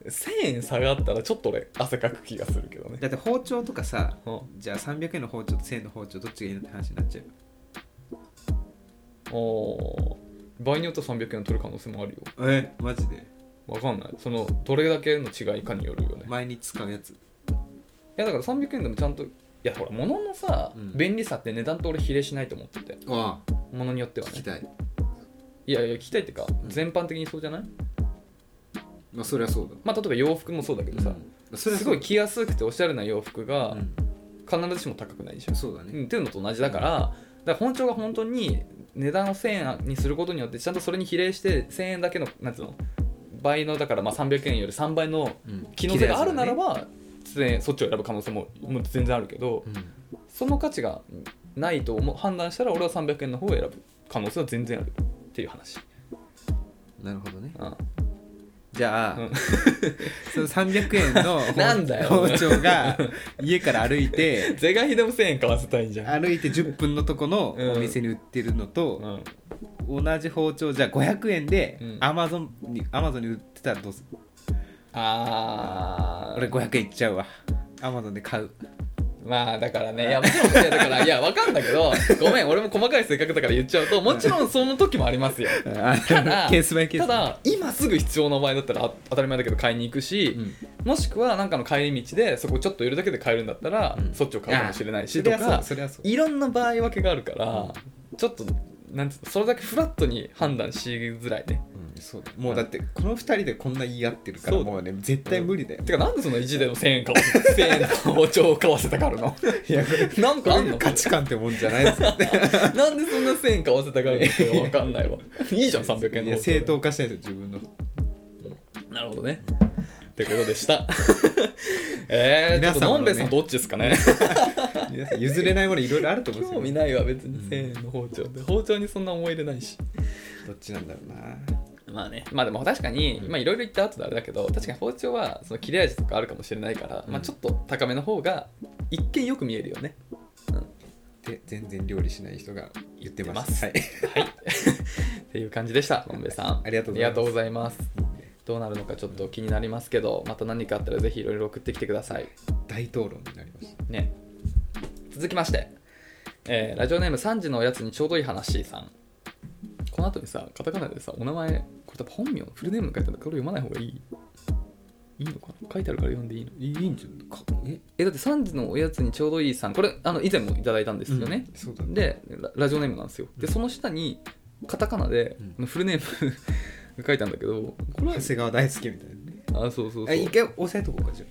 B: 1000円下がったらちょっと俺汗かく気がするけどね
A: だって包丁とかさ
B: うん
A: じゃあ300円の包丁と1000円の包丁どっちがいいのって話になっちゃう
B: おー場合によっては300円取る可能性もあるよ
A: えマジで
B: わかんないそのどれだけの違いかによるよね、い
A: 前に使うやつ
B: やだから300円でもちゃんといやほら物のさ、
A: うん
B: 便利さって値段と俺比例しないと思ってて
A: あ
B: 物によって
A: あ
B: はね
A: たい
B: いやいや聞きたいっていうか、
A: ん
B: 全般的にそうじゃない
A: まあそれはそう
B: まあ例えば洋服もそうだけどさ、
A: うんそれは
B: す
A: そ
B: ご
A: う
B: い着やすくておしゃれな洋服が
A: う
B: 必ずしも高くないでしょ
A: ん、そうだね
B: うん、っていうのと同じだからだから本庁が本当に値段を1000円にすることによってちゃんとそれに比例して1000円だけのなんつうの倍のだからまあ300円より3倍の
A: うん
B: 機能性があるならば全然そっちを選ぶ可能性ももう全然あるけど
A: うん
B: その価値がないと思う判断したら俺は300円の方を選ぶ可能性は全然あるっていう話、
A: なるほどね
B: うん、
A: じゃあ、
B: うん
A: その300円の 包
B: なんだよ
A: 包丁 が家から歩いて
B: 是が非でも1000円買わせたいんじゃん、
A: 歩いて10分のとこの
B: うん
A: お店に売ってるの
B: う
A: と、
B: ん、
A: 同じ包丁じゃあ500円で
B: うん
A: アマゾンにアマゾンに売ってたらどうする
B: あー
A: 俺500円いっちゃうわアマゾンで買う
B: まあだからね、いや、もちろん、いやだから、いや、わかんだけど、ごめん、俺も細かい性格だから言っちゃうと、もちろんその時もありますよ。
A: あ
B: だ
A: ケースバイケース
B: ただ、今すぐ必要な場合だったらあ当たり前だけど買いに行くし、
A: うん
B: もしくはなんかの帰り道で、そこちょっと寄るだけで買えるんだったら、
A: うん
B: そっちを買うかもしれないし
A: そ
B: と
A: れはそ
B: か
A: う、それはそう
B: いろんな場合分けがあるから、ちょっと、なんつうの、それだけフラットに判断しづらいね。
A: うんそうだもうだってこの2人でこんな言い合ってるから
B: そうだ
A: もうね絶対無理だよ、
B: てか、なんでその意地での1000円買わせた、1000円の包丁を買わせたからの。
A: いやこれ
B: なんかあんの
A: 価値観ってもんじゃないです よね
B: なんでそんな1000円買わせたかわかんな いわ。いいじゃん、300円
A: い
B: の
A: や
B: 包丁
A: 正当化しないと自分の
B: なるほどね。ってこと でした。えー、
A: 皆
B: ち
A: 様
B: ょっと
A: のね
B: のんべえさんどっちですかね
A: 皆さん譲れないものいろいろあると思うんです
B: 興
A: よ
B: 味ないわ、別に1000円の包丁で。包丁にそんな思い入れないし。
A: どっちなんだろうな
B: まあね。まあでも確かに、まあいろいろ言った後であれだけど、確かに包丁はその切れ味とかあるかもしれないから、
A: うん
B: まあちょっと高めの方が一見よく見えるよね。
A: で全然料理しない人が言ってます
B: 言
A: はい、
B: っていう感じでした、のんべえさん。
A: ありがとうございます
B: ざいます。どうなるのかちょっと気になりますけど、また何かあったらぜひいろいろ送ってきてください。
A: 大討論になりました
B: ね続きまして、えーラジオネーム3時のおやつにちょうどいい話さんこの後にさカタカナでさお名前これ多分本名フルネーム書いてあるからこれ読まない方がいいいいのかな書いてあるから読んでいいの
A: いいんじゃないかえ
B: えだって3時のおやつにちょうどいいさんこれあの以前もいただいたんですよね、
A: うんそうだね
B: でララジオネームなんですよでその下にカタカナでフルネーム が書いてあるんだけどこれ
A: 長谷川大輔みたいなね
B: あそうそうそう
A: え一回押さえとこうかじゃ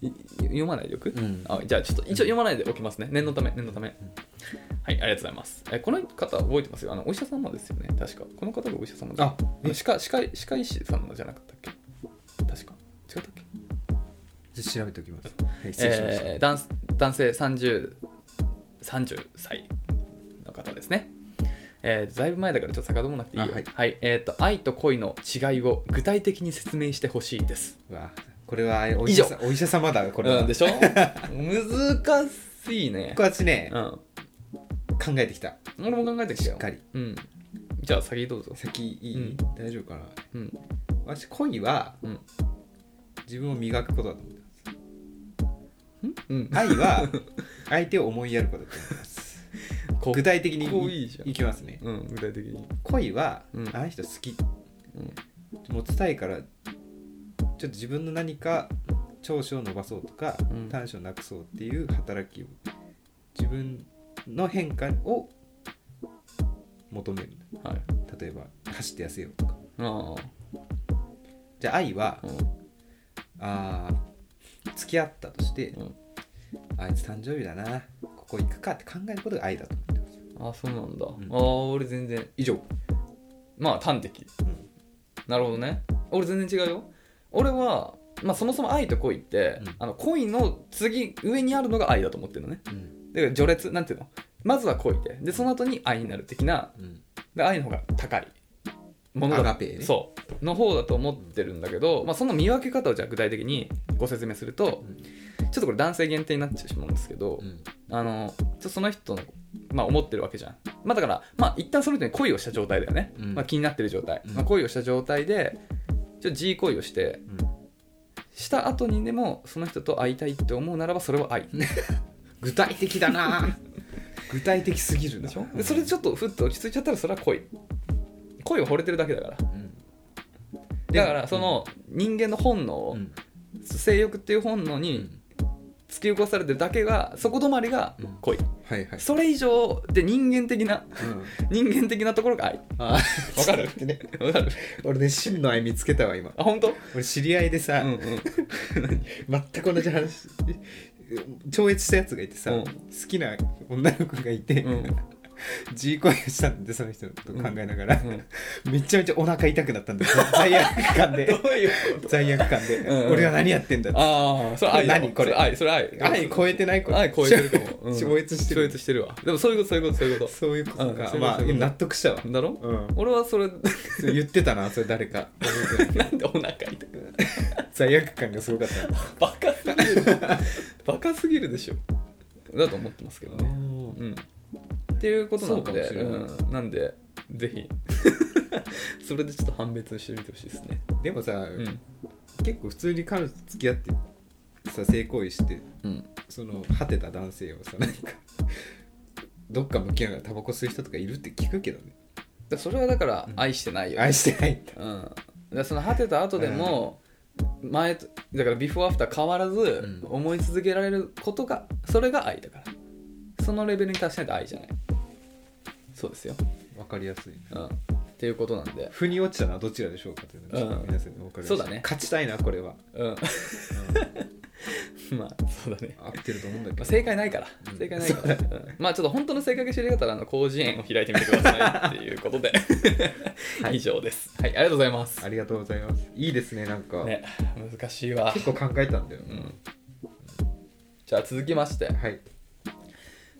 B: い読まないでおく、
A: うん
B: あじゃあちょっと一応読まないでおきますね念のため念のため、はいありがとうございますえこの方覚えてますよあのお医者様ですよね確かこの方がお医者様
A: あえ
B: 歯科歯科医歯科医師さんのじゃなかったっけ確か違ったっけ
A: あじゃあ調べておきますはい失礼しました、
B: えー男男性3030歳の方ですね、えーだいぶ前だからちょっと遡らなくていいよ
A: あはい
B: えっ、と愛と恋の違いを具体的に説明してほしいです
A: うわこれはお医者さお医者様だこれは、
B: うんでしょ 難しいね
A: 僕は私ね、
B: うん
A: 考えてきた
B: 俺も考えてきた
A: し
B: よ
A: っかり
B: うんじゃあ先どうぞ
A: 先いい、
B: うん
A: 大丈夫かな
B: うん
A: 私恋は
B: うん
A: 自分を磨くことだと思ってます
B: うん
A: 愛 は相手を思いやることだと思います
B: こ
A: 具体的に
B: こういいじゃん
A: いきますね
B: うん具体的に
A: 恋は、
B: うん
A: あの人好き
B: うん
A: 持ちたいからちょっと自分の何か長所を伸ばそうとか、
B: うん
A: 短所をなくそうっていう働きを自分の変化を求める
B: はい
A: 例えば走って痩せようとか
B: あ
A: じゃあ愛は
B: あ、
A: あー付き合ったとして、
B: うん
A: あいつ誕生日だなここ行くかって考えることが愛だと思ってます
B: あそうなんだ、
A: ん
B: ああ俺全然
A: 以上、
B: まあ端的
A: うん
B: なるほどね俺全然違うよ俺はまあそもそも愛と恋って、
A: うん
B: あの恋の次上にあるのが愛だと思ってるのね
A: うん
B: だから序列なんていうのまずは恋ででその後に愛になる的な
A: うん
B: で愛の方が高いもの
A: ア
B: だ
A: ガペね
B: そうの方だと思ってるんだけど、まあ、その見分け方をじゃあ具体的にご説明すると、
A: うん
B: ちょっとこれ男性限定になってしまうんですけど、
A: うん
B: あのちょっとその人の、まあ、思ってるわけじゃん、まあ、だから、まあ、一旦その人に恋をした状態だよね、
A: うん
B: まあ、気になってる状態、
A: うん
B: まあ、恋をした状態でちょっと G 恋をしてした後にでもその人と会いたいって思うならばそれは愛で
A: 具体的だな 具体的すぎるな
B: しょでそれでちょっとふっと落ち着いちゃったらそれは恋恋は惚れてるだけだから
A: うん
B: だからその人間の本能を、
A: うん
B: 性欲っていう本能に突き動かされてるだけがそこ止まりが恋、
A: はいはい
B: それ以上で人間的な
A: うん
B: 人間的なところが愛
A: あ
B: わかる
A: ってね
B: わかる
A: 俺ね真の愛見つけたわ今
B: あ本当
A: 俺知り合いでさ、
B: うんうん
A: 全く同じ話超越したやつがいてさ、
B: うん
A: 好きな女の子がいて、
B: うん
A: G 恋をしたんでその人のこと考えながら、
B: う ん
A: めちゃめちゃお腹痛くなったんだよ罪悪感 で
B: どういうこと
A: 罪悪感で、
B: うんうん
A: 俺は何やってんだって
B: ああそれ愛だ
A: 何これ
B: そ愛それ愛
A: 愛超えてないこれ
B: 愛超えてるかも、う ん
A: 超越してる
B: 超越してるわでもそういうことそういうことそういうこ
A: そういうことか、
B: うん
A: まあ
B: そういうこと
A: 納得したわ
B: と、だろ
A: うん、
B: 俺はそれ
A: それ言ってたなそれ誰 か
B: なんでお腹痛い
A: 罪悪感がすごかった
B: バカすぎ るバカすぎるでしょだと思ってますけどねうん、っていうことなので、
A: そうかもしれないう
B: ん、なんでぜひ それでちょっと判別してみてほしいですね、
A: でもさ、
B: うん
A: 結構普通に彼女と付き合ってさ性行為して
B: うん、
A: その果てた男性をさ何かどっか向きながらタバコ吸う人とかいるって聞くけどね
B: だそれはだから
A: うん
B: 愛してないよ、
A: 愛してないんだ
B: うん、だからその果てた後でも前とだからビフォーアフター変わらず
A: うん
B: 思い続けられることがそれが愛だからそのレベルに達しないと愛じゃないそうですよ、
A: わかりやすいな
B: うん、っていうことなんで、
A: 腑に落ちたのはどちらでしょうかというのをちょっと
B: うん
A: 皆さんにお伺いして
B: そうだね
A: 勝ちたいなこれは、
B: うん まあそうだね
A: 合ってると思うんだ
B: まあ
A: けど
B: 正解ないから
A: うん
B: 正解ないから、うんまあちょっと本当の正解が知りたかったらあの広辞苑を開いてみてくださいっていうことで以上です はいありがとうございます
A: ありがとうございますいいですねなんか、
B: ね難しいわ、
A: 結構考えたんだよ、
B: うん、じゃあ続きまして、
A: はい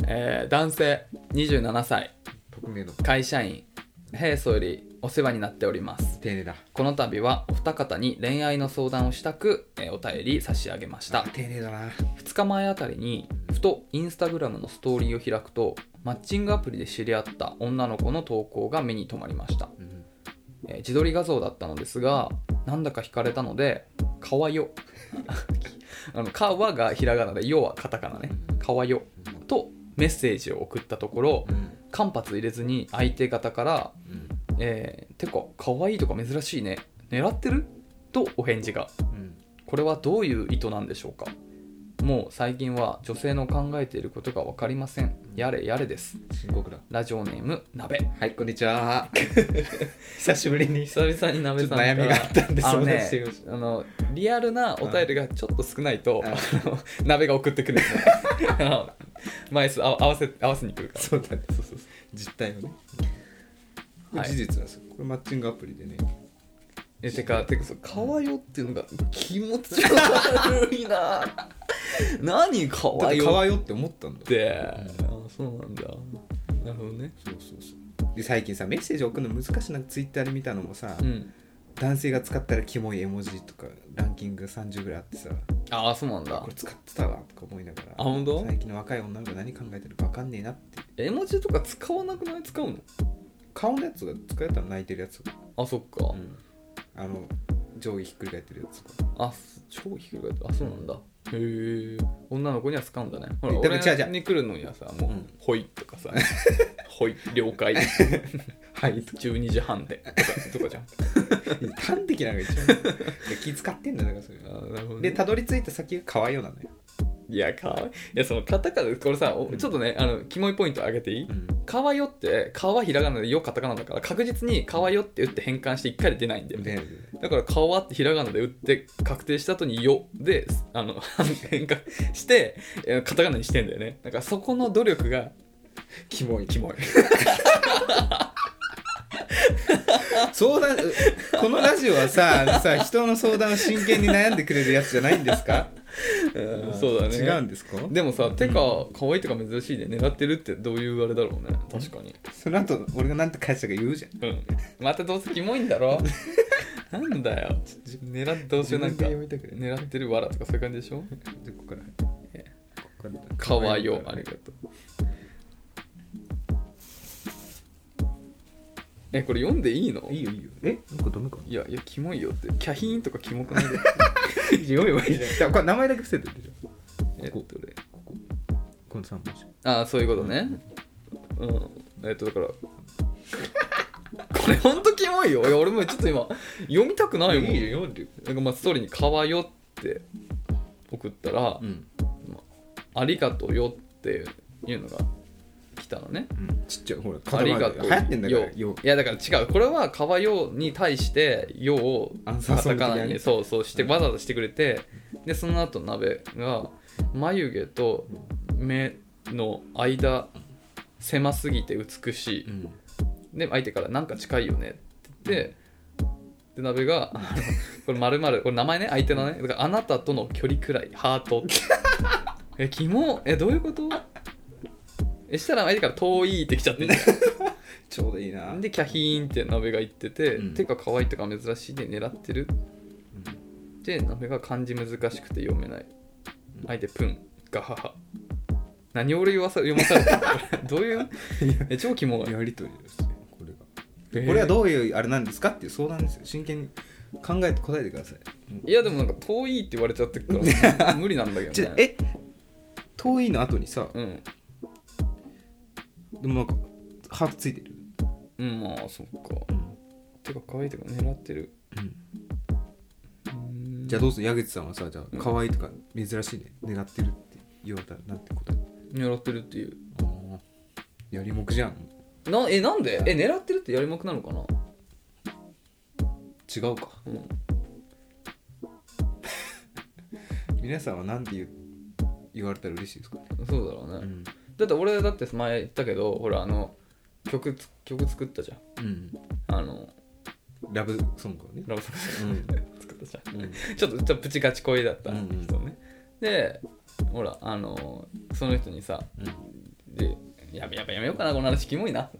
B: えー男性27歳
A: 匿名の
B: 会社員平素よりお世話になっております
A: 丁寧だ
B: この度はお二方に恋愛の相談をしたく、えーお便り差し上げました
A: あ丁寧だな
B: 2日前あたりにふとインスタグラムのストーリーを開くとマッチングアプリで知り合った女の子の投稿が目に留まりました、
A: うん
B: えー自撮り画像だったのですがなんだか惹かれたので「かわよ」 あの「かわ」がひらがなで「よ」はカタカナね「かわよ」とメッセージを送ったところ
A: うん
B: 間髪入れずに相手方から
A: うん
B: 「えーてかかわいいとか珍しいね狙ってる?」とお返事が
A: うん
B: これはどういう意図なんでしょうかもう最近は女性の考えていることが分かりませんやれやれです
A: 深刻だ
B: ラジオネーム鍋
A: はいこんにちは 久しぶりに
B: 久々に鍋
A: ちょ
B: さん
A: っと悩みがあったんで
B: あの
A: 相談
B: ね
A: してみまし
B: あのリアルなお便りがちょっと少ないと、
A: うん
B: あの鍋が送ってくるんですね あの枚数あ合わせ合わせに来るか ら
A: そうだね
B: そうそうそ
A: 実態のねこれ
B: はい
A: 事実なんですよこれマッチングアプリでね
B: うえてかてかそうかわよっていうのが気持ち悪い な何か
A: だっ
B: わ
A: て
B: よ
A: か
B: っ
A: わよって思ったんだ
B: てあそうなんだなるほどね
A: そうそうそうで最近さメッセージ送るの難しいなツイッターで見たのもさ、
B: うん
A: 男性が使ったらキモい絵文字とかランキング30ぐらいあってさ
B: ああそうなんだ
A: これ使ってたわとか思いながら
B: あ本当
A: 最近の若い女の子何考えてるか分かんねえなって
B: 絵文字とか使わなくない使うの
A: 顔のやつが使えたら泣いてるやつとか、
B: あそっか、
A: うんあの上下ひっくり返ってるやつとか
B: あす超低かったあそうなんだへえ女の子には使うんだねほら
A: でも
B: 俺
A: 違う違う
B: に来るのにはさもう
A: うん
B: 「ほい」とかさ 「ほい了解
A: はいとか
B: 12時半で」とかとか じゃん
A: 端的なのが一番いや気使ってんだよだからそれ
B: あなるほど、
A: で
B: ね、
A: たどり着いた先が可愛いようなのよ、
B: いやかわいいいやそのカタカナこれさおちょっとねあのキモいポイント上げていい、かわよって、かわひらがなでよカタカナだから確実にかわよって打って変換して1回で出ないんだよね。
A: で
B: だから「顔は」ってひらがなで打って確定した後に「よ」であの変化してえーカタカナにしてんだよねだからそこの努力が
A: キモい
B: キモい
A: 相談う このラジオはささ人の相談を真剣に悩んでくれるやつじゃないんですか
B: そうだね
A: 違うんですか
B: でもさてか可愛いとか珍しいで狙ってるってどういうあれだろうね確かに
A: その後俺が何て返したか言うじゃん
B: うんまたどうせキモいんだろ なんだよ狙っどうせなんか
A: 自分で読みたくない
B: 狙ってるわらとかそういう感じでしょ
A: じゃあここから
B: え
A: ここから
B: かわいよありがとうえこれ読んでいいの
A: いいよいいよえなんかダメかない
B: やいやキモいよってキャヒーンとかキモ くない読めばいいじゃん
A: じゃあこれ名前だけ伏せてるでしょ
B: えっとね
A: こここの3文字
B: ああそういうことねうんえっと だからこれほんとキモいよいや俺もちょっと今読みたくないもん
A: いいよ読んでよ
B: なんかまあストーリーに「かわよ」って送ったら「
A: うん、
B: ありがとうよ」っていうのが来たのね
A: うん、ちっちゃいほら
B: ありがとう
A: 流行ってんだから
B: よ
A: よ
B: いやだから違うこれは「かわよ」に対して「よ」を
A: アンサー
B: カ
A: ソング的
B: タカ
A: なね
B: ナにそうそうしてわざわざしてくれてでその後鍋が眉毛と目の間狭すぎて美しい
A: うん
B: で相手から「なんか近いよね」って言ってで鍋が あの「これまるまるこれ名前ね相手のねだからあなたとの距離くらいハー ト」えキモえどういうことえしたら相手から「遠い」って来ちゃって
A: ちょうどいいな
B: でキャヒーンって鍋が言ってて「
A: うん
B: てか可愛いとか珍しいで狙ってる」で鍋が漢字難しくて読めない相手プンガハハ何を俺言わさ読まされたの どういうえ超キモい
A: やりとりですねこれが
B: えー
A: これはどういうあれなんですかっていう相談ですよ真剣に考えて答えてください
B: いやでもなんか遠いって言われちゃってるから無理なんだけ
A: ち
B: ど
A: ょ
B: ね
A: え遠いの後にさ
B: うん
A: でもなんかハートついてる
B: うんまあそっか
A: うん、
B: てか可愛いとか狙ってる
A: じゃあどうする矢口さんはさじゃ
B: う
A: あ
B: ん
A: 可愛いとか珍しいね狙ってるって言われたらなんて答え
B: 狙ってるっていう
A: ああやりもくじゃん
B: なえなんでえ狙ってるってやりまくなのかな
A: 違うか
B: うん
A: 皆さんはなんて言う言われたら嬉しいですかね、
B: そうだろうね、
A: ん
B: だって俺だって前言ったけどほらあの曲つ曲作ったじゃんあの
A: ラブソングをね
B: ラブソン
A: うん
B: グ作ったじゃ
A: うん
B: ん ちょっとちょっとプチガチ恋だった
A: うんうん
B: 人ね、でほらあのその人にさでやべやべやめようかなこの話キモいな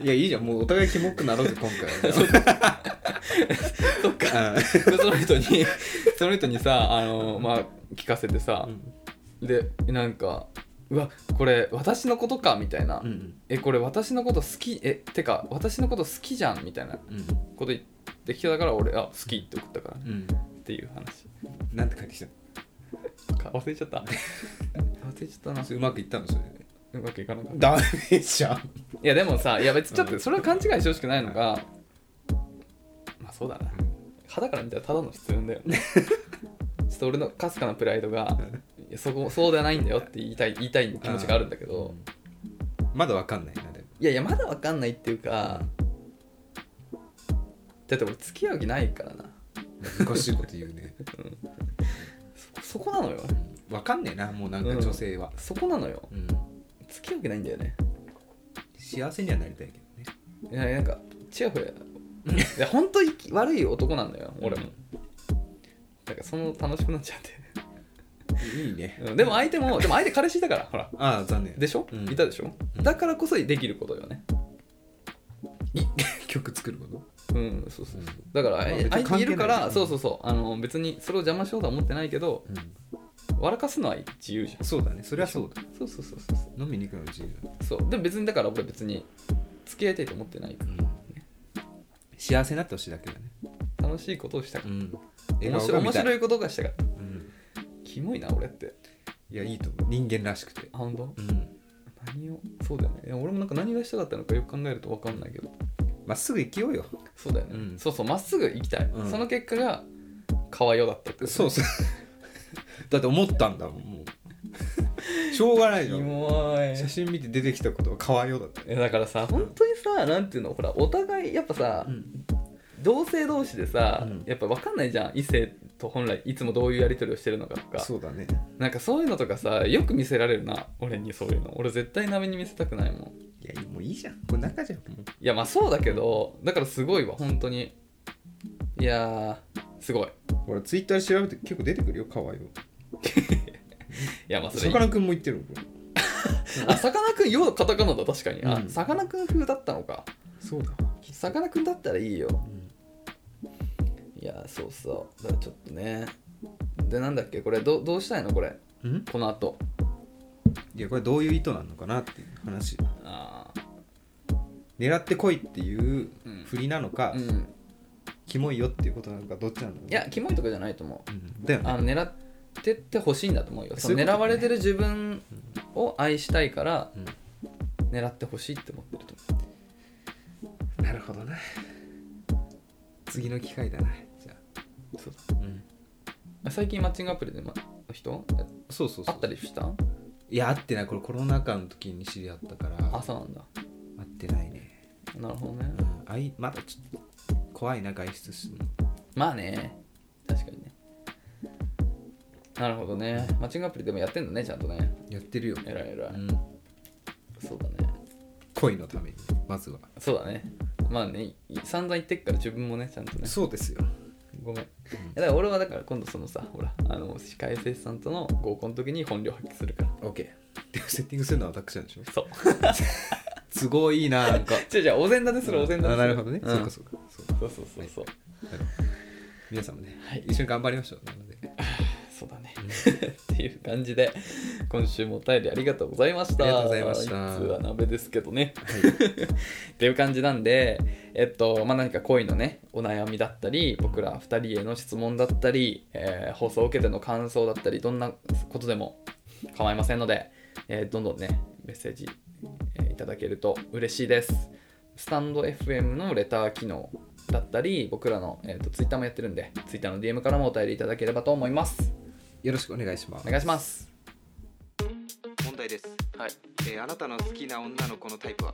A: いやいいじゃんもうお互いキモくなろうぜ今 回
B: そっか
A: は
B: でその人 にその人にさあのまあ聞かせてさ
A: う、ん
B: でなんかうわこれ私のことかみたいな、
A: うん
B: えこれ私のこと好きえてか私のこと好きじゃんみたいな
A: うん
B: こと言ってきたから俺あ好きって送ったからね
A: うん
B: っていう話
A: なんて返ってきた
B: か忘れちゃった 忘れちゃったな
A: のそれうまくいったのそれ
B: うまくいかなかった
A: ダメじゃん
B: いやでもさいや別にちょっとそれは勘違いしてほしくないのがまあそうだな肌から見たらただの質問だよ ねちょっと俺のかすかなプライドがいやそこそうではないんだよって言いたい言いたい気持ちがあるんだけど、
A: まだわかんないなでも
B: いやいやまだわかんないっていうかだって俺付き合う気ないからな
A: 難しいこと言うね
B: そこなのよ
A: わかんねえなもうなんか女性は、
B: そこなのよ
A: うん
B: 付き合う気ないんだよね
A: 幸せにはなりたいけどね
B: いやなんかチヤホヤいや本当に悪い男なんだよ俺もなんかその楽しくなっちゃっ
A: いいね
B: て、うんでも相手もでも相手彼氏だからほら
A: ああ残念
B: でしょ、
A: うん
B: いたでしょだからこそできることよね
A: 曲作ること
B: うんそうそう
A: うん
B: だから、
A: あ別
B: え
A: に
B: 相手い
A: 関係
B: るか
A: ない
B: ら
A: ね
B: そうそうそうあの別にそれを邪魔しようとは思ってないけど笑かすのは自由じゃん
A: そうだねそれはそうだ
B: そうそうそうそう
A: 飲みに行くの自由だ、
B: そうでも別にだから俺別に付き合いたいと思ってない
A: 幸せになってほしいだけだね
B: 楽しいことをしたかっ
A: ん
B: た
A: 笑
B: 面
A: 顔
B: 白
A: が
B: い面
A: 見たい
B: 白いことがしたかった
A: うん
B: キモいな俺って
A: いやいいと思う人間らしくて
B: あ本当
A: うん
B: 何をそうだよねいや俺もなんか何がしたかったのかよく考えると分かんないけど
A: まっすぐ生きようよ
B: そうだよね、
A: うん
B: そうそうまっすぐ行きたい、
A: うん
B: その結果がかわよだったってこと
A: そうそう だって思ったんだもんもう しょうがない
B: キ
A: じゃん
B: モい
A: 写真見て出てきたことは可愛いよだった
B: えだからさ本当にさなんていうのほらお互いやっぱさ、
A: ん
B: 同性同士でさ、
A: うん
B: やっぱ分かんないじゃん異性と本来いつもどういうやり取りをしてるのかとか
A: そうだね
B: なんかそういうのとかさよく見せられるな俺にそういうの俺絶対鍋に見せたくないもん
A: いやもういいじゃんこれ中じゃんもう
B: いやまあそうだけどだからすごいわ本当にいやーすごい
A: ほらツイッターで調べて結構出てくるよ可愛いよ
B: いやまあそ
A: さ
B: れ
A: かなクンも言ってるもんこれ
B: あさかなクンようカタカナだ確かにあ
A: うん
B: さかなクン風だったのか
A: そうだ
B: さかなクンだったらいいよいやそうそうだからちょっとねでなんだっけこれどどうしたいのこれ
A: ん
B: この後
A: いやこれどういう意図なのかなっていう話
B: あ
A: 狙ってこいっていう振りなのか、
B: あうん
A: キモいよっていうことなのかどっちなのか
B: いやキモいとかじゃないと思う
A: うん、だよね
B: あの狙ってってほしいんだと思うよ
A: そういうことね
B: 狙われてる自分を愛したいから
A: うん
B: 狙ってほしいって思ってると思
A: なるほどな次の機会だなじゃ
B: うそう
A: あ、うん、
B: 最近マッチングアプリで、ま、人
A: そうそうそ
B: 会
A: う
B: ったりした
A: いや会ってないこれコロナ禍の時に知り合ったから
B: あ
A: 会
B: そうなんだ
A: ってないね、
B: なるほどね
A: うん、あいまだちょっと怖いな外出するの
B: まあね確かにねなるほどねマッチングアプリでもやってんだねちゃんとね
A: やってるよ、
B: えらいえらい、
A: うん、
B: そうだね
A: 恋のためにまずは
B: そうだねまあねい散々言ってっから自分もねちゃんとね
A: そうですよ
B: ごめんいやだから俺はだから今度そのさほらあの歯科衛生士さんとの合コンの時に本領発揮するから
A: OK でもセッティングするのは私なんでしょ
B: そう
A: 都合いいな なん か
B: じゃじゃお膳立てするお膳立てす
A: あなるほどね、
B: うん
A: そうかそうかそう
B: そうそうそうそう
A: なるほど皆さんもね、
B: はい
A: 一緒に頑張りましょうなので
B: そうだねっていう感じで今週もお便りありがとうございました
A: ありがとうございました
B: いつは鍋ですけどね
A: はい、
B: っていう感じなんで、えっとまあ、何か恋のねお悩みだったり僕ら2人への質問だったり、えー放送を受けての感想だったりどんなことでも構いませんので、えーどんどんねメッセージ、えーいただけると嬉しいですスタンド FM のレター機能だったり僕らの、えー、と Twitter もやってるんで Twitter の DM からもお便りいただければと思います
A: よろしくお願いします
B: お願いします
A: 問題です、
B: はい
A: えーあなたの好きな女の子のタイプは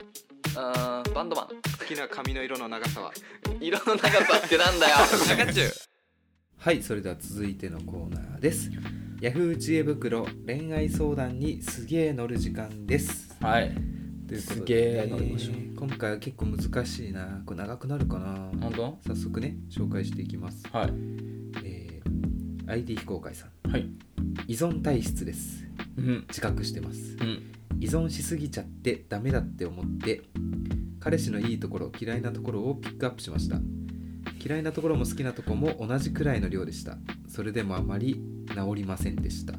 B: あバンドマン
A: 好きな髪の色の長さは
B: 色の長さってなんだよ 中中
A: はいそれでは続いてのコーナーです Yahoo! 知恵袋恋愛相談にすげえ乗る時間です
B: はい
A: ということ
B: す
A: で
B: げえ乗りましょう
A: 今回は結構難しいなこれ長くなるかな
B: 本
A: 早速ね紹介していきます、
B: 当はい
A: えー ID 非公開さん
B: はい
A: 依存体質です
B: うん
A: 自覚してます
B: うん
A: 依存しすぎちゃってダメだって思って彼氏のいいところ嫌いなところをピックアップしました嫌いなところも好きなところも同じくらいの量でしたそれでもあまり治りませんでした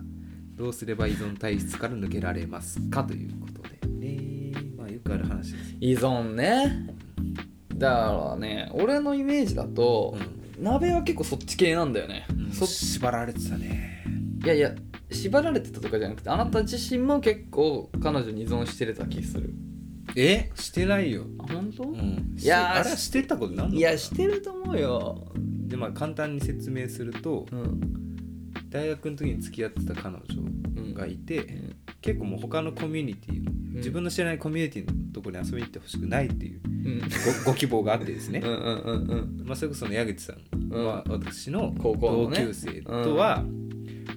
A: どうすれば依存体質から抜けられますかということでねまあよくある話ですよ
B: 依存ねだからね俺のイメージだと、鍋は結構そっち系なんだよね、
A: うん、
B: そ
A: 縛られてたね
B: いやいや縛られてたとかじゃなくてあなた自身も結構彼女に依存してた気する
A: えしてないよ、
B: あ本当、
A: ん
B: いやー
A: あれはしてたことなんのかない
B: やしてると思うよ
A: でまあ簡単に説明すると
B: うん
A: 大学の時に付き合ってた彼女
B: うん
A: がいて、結構もう他のコミュニティの、自分の知らないコミュニティのところに遊びに行ってほしくないっていう
B: うん
A: ごご希望があってですね
B: うんうんうんうん
A: まあそれこそその矢口さんは私の
B: 高校の
A: 同
B: ね
A: 級生とは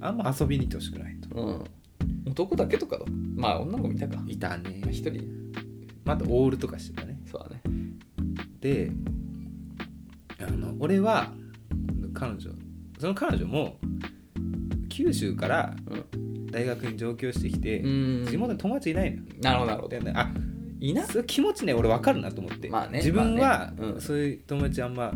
A: あんま遊びに行ってほしくないと
B: うん男だけとかだまあ女の子見たか
A: いたね
B: 一人
A: またオールとかしてたね
B: そうだね
A: であの俺は彼女その彼女も九州から大学に上京してきて、
B: うん
A: 地元に友達いないのよ
B: なるほどなるほど
A: でねあ
B: いな
A: そういう気持ちね俺分かるなと思って、
B: まあね
A: 自分は、
B: まあねうん
A: そういう友達あんま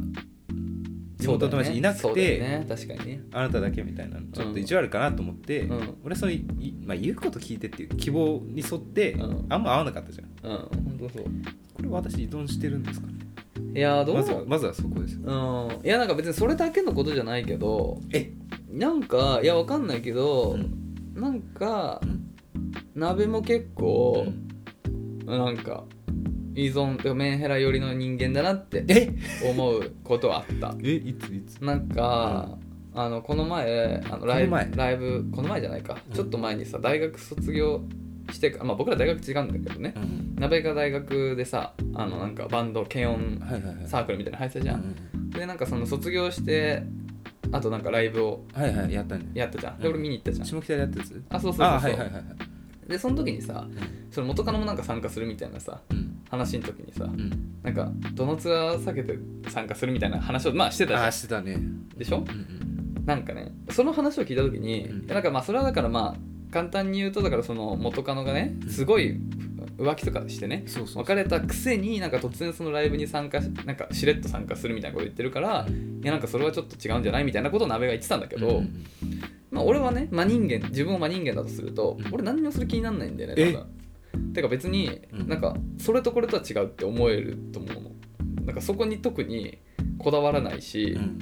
A: 地元の友達いなくて
B: そうだよねそうだよね確かにね
A: あなただけみたいなのちょっと意地悪かなと思って、
B: うん
A: 俺そういういまあ、言うこと聞いてっていう希望に沿って、
B: うん
A: あんま合わなかったじゃん
B: うん本当そう
A: これ私依存してるんですかね
B: いやーどう
A: まずはまずはそこですよ
B: うんいやなんか別にそれだけのことじゃないけど
A: え
B: なんかいやわかんないけど、
A: うん
B: なんか
A: うん
B: 鍋も結構、なんか依存とかメンヘラ寄りの人間だなって
A: え
B: 思うことはあった
A: えいついつ
B: なんか、あのこの前あのライ
A: こ
B: ブ
A: の前
B: ライブこの前じゃないか、
A: うん
B: ちょっと前にさ大学卒業してか、まあ、僕ら大学違うんだけどね、
A: うん
B: 鍋が大学でさあのなんかバンド軽音
A: はいはいはい
B: サークルみたいなの入ってたじ
A: じ
B: ゃん、でなんかその卒業してあとなんかライブを
A: はいはいやったね
B: やったじゃんで
A: うん
B: 俺見に行ったじゃん、
A: 下北でやったやつ
B: あそうそうそうそ
A: あは
B: う
A: いはいはいはい
B: でその時にさ
A: うん
B: その元カノもなんか参加するみたいなさ
A: うん
B: 話の時にさ
A: うん
B: なんかどのツアー避けて参加するみたいな話をまあしてたじ
A: あ
B: ゃ
A: ーしてたねうん
B: でしょ
A: ん
B: なんかねその話を聞いた時に、
A: うん
B: なんかまあそれはだからまあ簡単に言うとだからその元カノがね
A: うん
B: すごい浮気とかしてね
A: そうそう
B: 別れたくせになんか突然そのライブに参加しなんかしれっと参加するみたいなこと言ってるからいやなんかそれはちょっと違うんじゃないみたいなことを鍋が言ってたんだけど、
A: うんうんうん
B: まあ、俺はね真人間自分を真人間だとすると、
A: うん
B: 俺何にもする気にならないんだよね多分てか別に
A: うん
B: なんかそれとこれとは違うって思えると思うのなんかそこに特にこだわらないし、
A: うん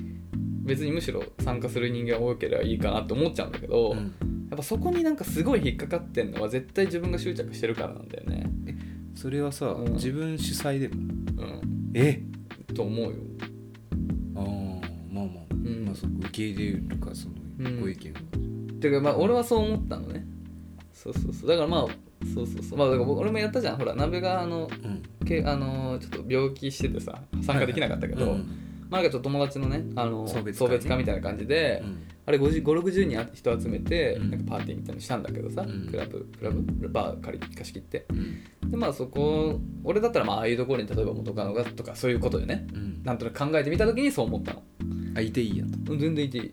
B: 別にむしろ参加する人間が多ければいいかなって思っちゃうんだけど、
A: う
B: や
A: ん
B: っぱそこになんかすごい引っかかってんのは絶対自分が執着してるからなんだよね
A: それはさ、
B: うん
A: 自分主催でも
B: うん
A: え
B: と思うよ
A: ああまあまあ、
B: ん
A: まあそこ受け入れるかその
B: うん
A: ご意見を、
B: てかまあ俺はそう思ったのねそうそうそうだからまあそうそうそうまあだから僕俺もやったじゃんほら鍋があの
A: うん、
B: けあのーちょっと病気しててさ参加できなかったけど、
A: うん
B: まあなんかちょっと友達のね、あのー
A: 送
B: 送
A: 別
B: 別
A: 会ね
B: 会みたいな感じで、
A: うん
B: あれ560人人集めて、
A: うん
B: なんかパーティーみたいなのしたんだけどさ、
A: うん
B: クラブクラブバー借り貸し切って
A: うん
B: でまあそこ俺だったらまあああいうところに例えば元カノがとかそういうことでね
A: うん
B: なんとなく考えてみた時にそう思ったの
A: あいていいやと
B: うん全然いていい、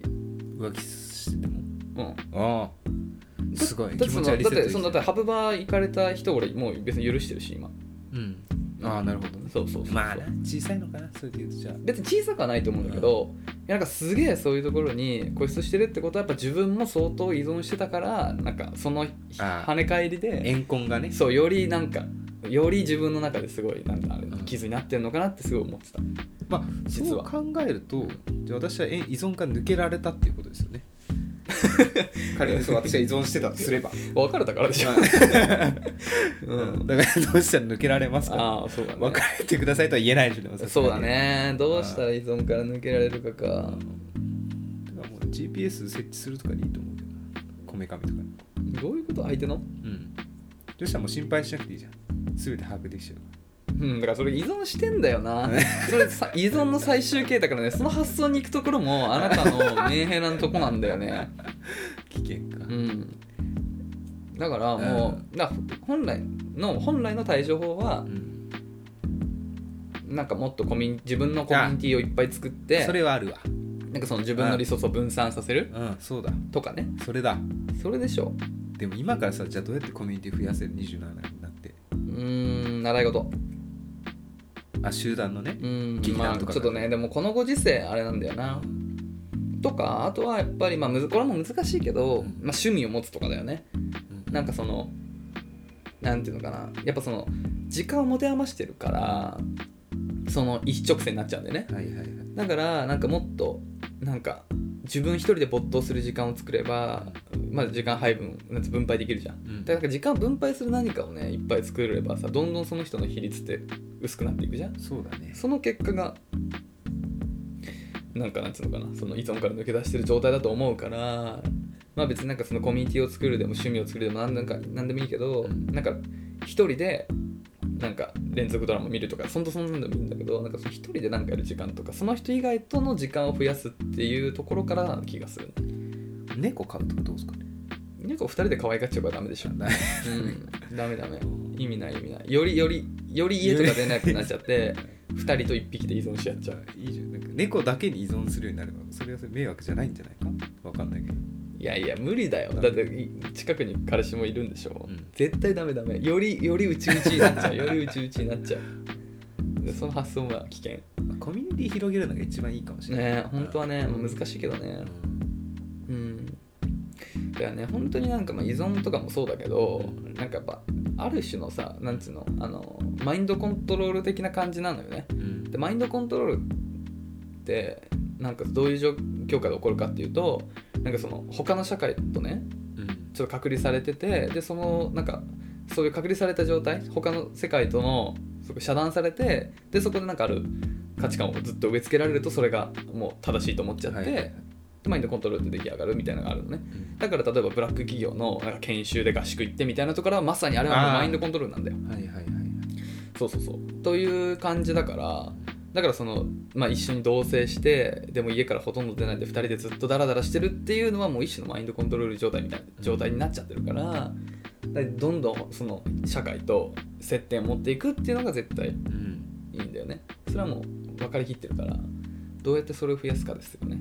A: 浮気してても
B: うん、
A: ああすごい気
B: だってそ
A: 持ち
B: のだ
A: は
B: っ
A: リセット
B: て
A: でき
B: そのだってハブバー行かれた人俺もう別に許してるし今
A: うんああなるほどね
B: そうそうそうそう
A: まあな小さいのかなそういうとじゃあ
B: 別に小さくはないと思うんだけど、いやなんかすげえそういうところに固執してるってことはやっぱ自分も相当依存してたからなんかその
A: あー
B: 跳ね返りで
A: 怨恨がね
B: そうよりなんかより自分の中ですごいなんかあれ
A: うん
B: 傷になってるのかなってすごい思ってた、
A: まあ
B: 実は
A: そう考えるとじゃあ私はえ依存から抜けられたっていうことですよ ね仮にそう私は依存してたとすれ ば、
B: 別れたからでしょ、う
A: うん
B: ん、
A: だからどうしたら抜けられますか
B: ああそうだね
A: 別れてくださいとは言えないでしょでも
B: そうだねどうしたら依存から抜けられるか
A: さすが
B: か
A: にうんだからもう GPS 設置するとかでいいと思うけどなこめかみとかに
B: どういうこと相手の
A: うんそしたらもう心配しなくていいじゃん全て把握できちゃう
B: うん、だからそれ依存してんだよ なそれさ依存の最終形だからねその発想に行くところもあなたのメンヘラのとこなんだよね
A: 危険か
B: うんだからもう、だから本来の本来の対処法は
A: うん
B: なんかもっとコミュニ自分のコミュニティをいっぱい作って
A: それはあるわ
B: なんかその自分のリソースを分散させる
A: うんそうだ
B: とかね
A: それだ
B: それでしょ
A: でも今からさじゃあどうやってコミュニティ増やせる27になって
B: うーん習い事
A: あ集団のね
B: う
A: 劇
B: ー
A: 団
B: んまあち
A: と
B: ょ
A: か
B: っとねでもこのご時世あれなんだよなとかあとはやっぱりまあむずこれも難しいけど、
A: うん
B: まあ、趣味を持つとかだよね
A: うん
B: なんかそのなんていうのかなやっぱその時間を持て余してるからその一直線になっちゃうんだよね
A: はいはいはい
B: だからなんかもっとなんか自分一人で没頭する時間を作ればまあ時間配分なんて分配できるじゃん
A: うん
B: だからなんか時間分配する何かをねいっぱい作れればさどんどんその人の比率って薄くなっていくじゃん
A: そうだね
B: その結果がなんかなんつうのかなその依存から抜け出してる状態だと思うからまあ別になんかそのコミュニティを作るでも趣味を作るでも何なんか何でもいいけど
A: うん
B: なんか一人でなんか連続ドラマ見るとかそんとそんなんでもいいんだけどなんかその一人でなんかやる時間とかその人以外との時間を増やすっていうところからな気がするね
A: 猫飼うとかどうですかね
B: 猫二人で可愛がっちゃうからダメでしょ、 うん、ダメダメ意味ない意味ないよりよりより家とか出なくなっちゃって二人と一匹で依存し合っち
A: じ
B: ゃ
A: ゃ
B: う
A: あいいじゃんなんか猫だけに依存するようになればそれはそれ迷惑じゃないんじゃないかわかんないけど
B: いやいや無理だよだってい近くに彼氏もいるんでしょ、
A: うん
B: 絶対ダメダメよりよりうちうちになっちゃう よりうちうちになっちゃうでその発想は危険ね
A: まあコミュニティ広げるのが一番いいかもしれない
B: え本当はね、
A: うん
B: まあ難しいけどね
A: うん
B: うんだからね本当になんかまあ依存とかもそうだけどなんかやっぱある種のさなんつうのあのマインドコントロール的な感じなのよね
A: うん
B: でマインドコントロールってなんかどういう状況下で起こるかっていうとなんかその他の社会とね
A: うん
B: ちょっと隔離されててでそのなんかそういう隔離された状態他の世界とのそこ遮断されてでそこでなんかある価値観をずっと植え付けられるとそれがもう正しいと思っちゃって、
A: はいはいはい
B: でマインドコントロールで出来上がるみたいなのがあるのねだから例えばブラック企業のなんか研修で合宿行ってみたいなところはまさにあれはもう
A: あー
B: マインドコントロールなんだよ
A: うんはいはいはい
B: そうそうそうという感じだからだからその、まあ、一緒に同棲してでも家からほとんど出ないで2人でずっとダラダラしてるっていうのはもう一種のマインドコントロール状態みたいな状態になっちゃってるからだからどんどんその社会と接点を持っていくっていうのが絶対
A: うん
B: いいんだよねそれはもう分かりきってるからどうやってそれを増やすかですよね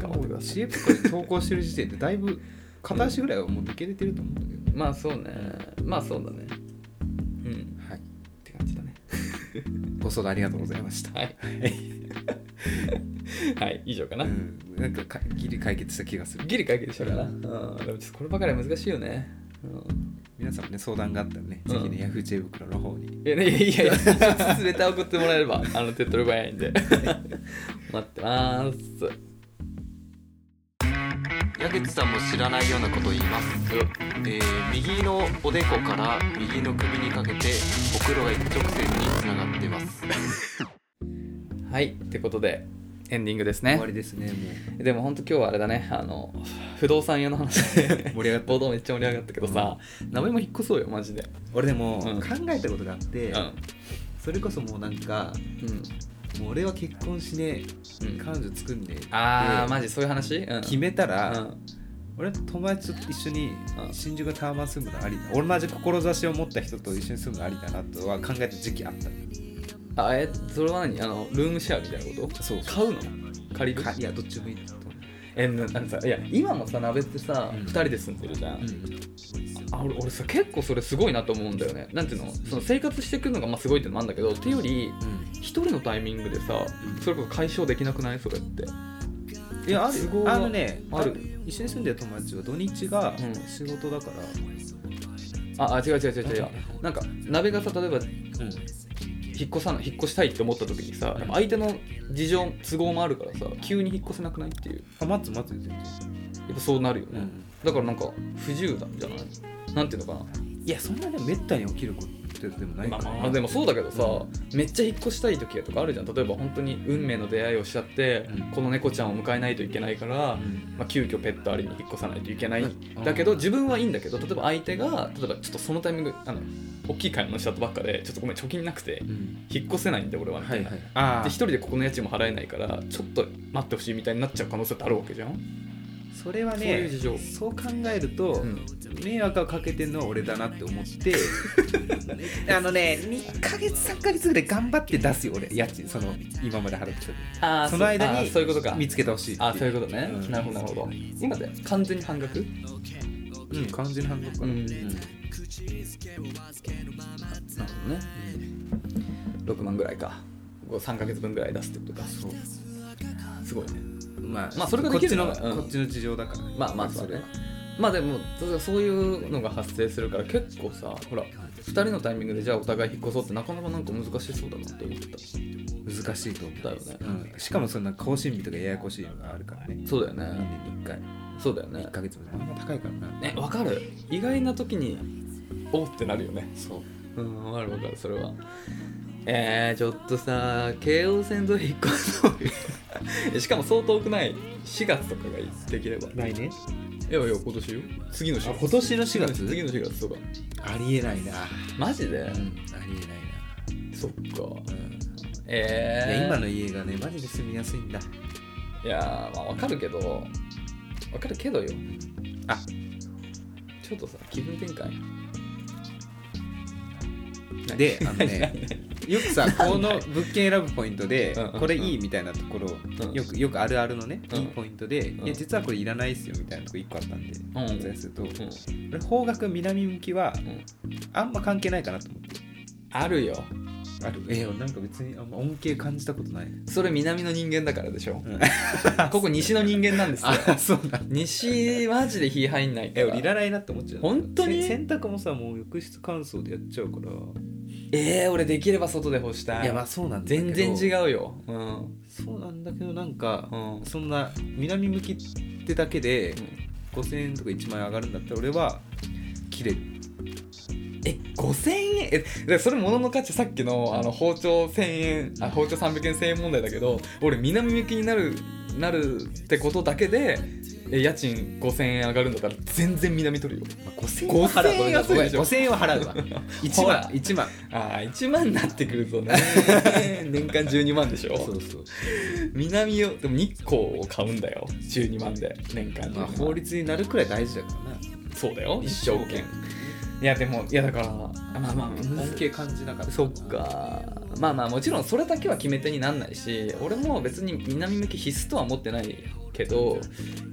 B: 頑張ってください
A: 知恵袋に投稿してる時点でだいぶ片足ぐらいはもう抜けれてると思うんだけど
B: まあそうねまあそうだねうん
A: はい、
B: って感じだね
A: ご相談ありがとうございました。
B: はい はい以上かな、
A: うん、なんかかギリ解決した気がする。
B: ギリ解決したかな、うん、でもちょっとこればかりは難しいよね、うん、
A: 皆さんもね、相談があったらね、ぜひね、
B: うん
A: ヤフー知恵袋の方に。
B: い やいやいやいや直接レター送ってもらえれば あの手っ取り早いんで 待ってます
C: 矢口さんも知らないようなことを言います、えー右のおでこから右の首にかけてほくろが一直線につながってます
B: はいってことでエンディングです
A: 終
B: ね
A: わりですね、も
B: でも本当今日はあれだねあの不動産屋の 話で
A: う。盛り 上がった。
B: ボードめっちゃ盛り上がったけどさ名前も引っ越そうよマジで
A: 俺でも、
B: うん
A: 考えたことがあって、
B: うん
A: それこそもうなんか、もう俺は結婚しねえ、
B: うん
A: 彼女作んねえって
B: あーマジそういう話うん
A: 決めたら、
B: うん
A: 俺友達と一緒に
B: うん
A: 新宿タワマン住むのありだ俺同じ志を持った人と一緒に住むのありだなとは考えた時期あった
B: あえそれは何あのルームシェアみたいなこと
A: そうそ
B: 買うの借りる
A: かいやどっちもいいなと思う
B: えななんかさいや今もさ鍋ってさ、
A: う
B: 二
A: ん
B: 2人で住んでるじゃん、あ俺俺さ結構それすごいなと思うんだよねなんていうのその生活していくのがまあすごいってのもあるんだけどっていうより
A: うん
B: 一人のタイミングでさそれこそ解消できなくないそれって
A: いやある
B: 都合は
A: あのね
B: ある
A: 一緒に住んでる友達は土日が
B: うん
A: 仕事だから、
B: ああ違う違う違う違うなんか鍋がさ例えば
A: うん
B: 引っ越さな引っ越したいって思った時にさやっぱ相手の事情都合もあるからさ急に引っ越せなくないっていう
A: あ待つ待つ全然、
B: やっぱそうなるよね、
A: うん
B: だからなんか不自由なんじゃないなんていうのか
A: いやそんなでもめったに起きることでもな
B: ないま
A: か
B: あ
A: ら、
B: まあでもそうだけどさ、めっちゃ引っ越したい時とかあるじゃん例えば本当に運命の出会いをしちゃって、
A: うん
B: この猫ちゃんを迎えないといけないから、
A: うん
B: まあ、急遽ペットありに引っ越さないといけない、
A: うん
B: だけど自分はいいんだけど例えば相手が例えばちょっとそのタイミングあの大きい買い物しちゃったばっかでちょっとごめん貯金なくて
A: うん
B: 引っ越せないんで俺はみた
A: はいい
B: な、
A: はいあ
B: で
A: あ
B: 一人でここの家賃も払えないからちょっと待ってほしいみたいになっちゃう可能性ってあるわけじゃん、
A: それは
B: そういう
A: ね
B: 事情
A: そう考えると、
B: うん
A: 迷惑をかけてるのは俺だなって思ってあのね2ヶ月3ヶ月ぐらい頑張って出すよ俺家賃その今まで払ってた分
B: あー
A: その間
B: あ
A: に
B: ーそういうことか
A: 見つけてほしいって
B: あーそういうことね、
A: うん
B: なるほどなるほど今で完全に半額
A: うん完全に半額かな
B: うん
A: うん
B: なるほどね、6万ぐらいか3か月分ぐらい出すってことかすごいね
A: まあ、
B: まあそれができる
A: こ
B: の
A: っ
B: が
A: ちの、
B: うん
A: こっちの事情だからね
B: まあまあそうだねまあでもそういうのが発生するから結構さほら2人のタイミングでじゃあお互い引っ越そうってなかなかなんか難しそうだなって思った
A: 難しいと思う
B: だよね
A: うん、しかもそんな更新日とかややこしいのがあるからね
B: そうだよ
A: 2
B: ね
A: 年に1回
B: そうだよね
A: 1ヶ月もまあまあ高いからな
B: ねわかる意外な時におうってなるよね
A: そう
B: うんわかるわかるそれはえー、ちょっとさ京王線沿い引っ越そうよ しかも相当遠くない4月とかができれば
A: 来年
B: いやいや今年よ次の4
A: あ今年の4月
B: 次の4月とか
A: ありえないな、
B: マジで、
A: ありえないな
B: そっか
A: うん
B: え
A: い
B: ー、
A: や今の家がねマジで住みやすいんだ
B: いやーまあわかるけどわかるけどよ
A: あ
B: ちょっとさ気分転換
A: であのねよくさこの物件選ぶポイントで
B: うんうんうん
A: これいいみたいなところ
B: うん
A: よくよくあるあるのね
B: うん
A: いいポイントで
B: うん
A: いや実はこれいらないっすよみたいなとこ1個あったんで
B: ん
A: お伝えすると
B: うん
A: 俺方角南向きは
B: ん
A: あんま関係ないかなと思って
B: あるよ
A: あるえーなんか別にあんま恩恵感じたことない
B: それ南の人間だからでしょ、
A: うん
B: ここ西の人間なんですよ
A: そうなんだ
B: 西マジで火入んないか
A: え
B: ら
A: 俺いらないなって思っちゃう
B: 本当に
A: せ洗濯もさもう浴室乾燥でやっちゃうから
B: えー、俺できれば外で干したい
A: いやまあそうなんだけど
B: 全然違うようん
A: そうなんだけどなんか
B: うん
A: そんな南向きってだけで5000円とか1万円上がるんだったら俺は切れる
B: え5000円えでそれ物の価値さっきのあの包丁1000円あ包丁300円1000円問題だけど俺南向きになるなるってことだけでえ家賃5000円上がるんだったら全然南取るよ
A: まあ5000
B: 円
A: 円は
B: は払う
A: 払う
B: ごめんなさい
A: 5000円は払うわ1
B: ほ
A: 万
B: ら
A: 1万
B: ああ1万になってくるとね 年間12万でしょ
A: そうそう、
B: 南をでも日光を買うんだよ12万で年間12
A: まあ、
B: 万
A: 法律になるくらい大事だからな
B: そうだよ一生懸いやでもいやだからまあまあ
A: 恩恵感じなかった
B: そっかまあまあもちろんそれだけは決め手になんないし俺も別に南向き必須とは思ってないけど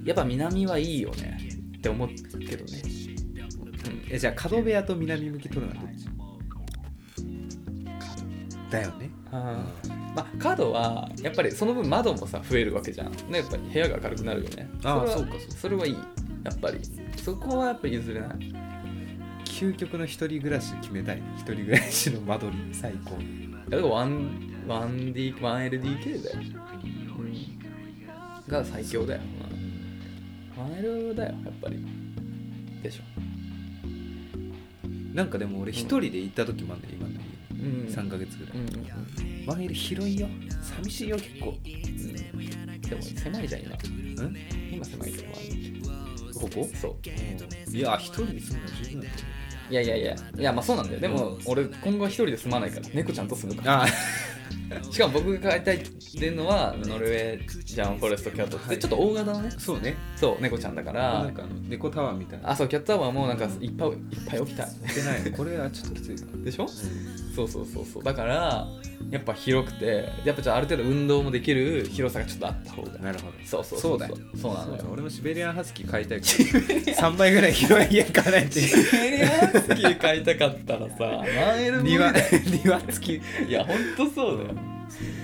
B: やっぱ南はいいよねって思うけどね
A: えじゃあ角部屋と南向き取るのはどっちだよね
B: あーまあ角はやっぱりその分窓もさ増えるわけじゃんねやっぱり部屋が明るくなるよね
A: あー
B: そ
A: そう
B: れ
A: か
B: は
A: そう
B: それはいいやっぱりそこはやっぱ譲れない
A: 究極の一人暮らし決めたい一人暮らしの間取り最高
B: だからワン 1D 1LDK だよ、が最強だよ、うん、1L だよやっぱりでしょ、
A: なんかでも俺一人で行った時もあるんだよ今の
B: う
A: 家
B: ん
A: 3ヶ月ぐら
B: う
A: い
B: ん、うん
A: ワンエル広いよ寂しいよ結構
B: でも狭いじゃん今
A: ん
B: 今狭いけど
A: ここ
B: そう
A: いや一人で住むのは十分だと
B: いやいやいやいやまあそうなんだよでも俺今後一人で住まないから猫ちゃんと住む から
A: あ
B: しかも僕が飼いたいっていうのはノルウェージャンフォレストキャットでちょっと大型のね
A: そうね
B: そう猫ちゃんだか
A: な
B: ら
A: んかあの猫タワーみたいな
B: あそうキャットタワーもなんかいっぱいいっぱい置きたい
A: 行ってないこれはちょっときついな
B: でしょそうそうそうそうだからやっぱ広くてやっぱじゃあある程度運動もできる広さがちょっとあった方が
A: なるほど
B: そうそう
A: そ
B: そう
A: だよ
B: そうなのよ
A: 俺もシベリアンハスキー買いたいから3倍ぐらい広い家買わないとい けない
B: テレアスキー買いたかったらさ何 L
A: 庭庭付き
B: いやほんとそうだよ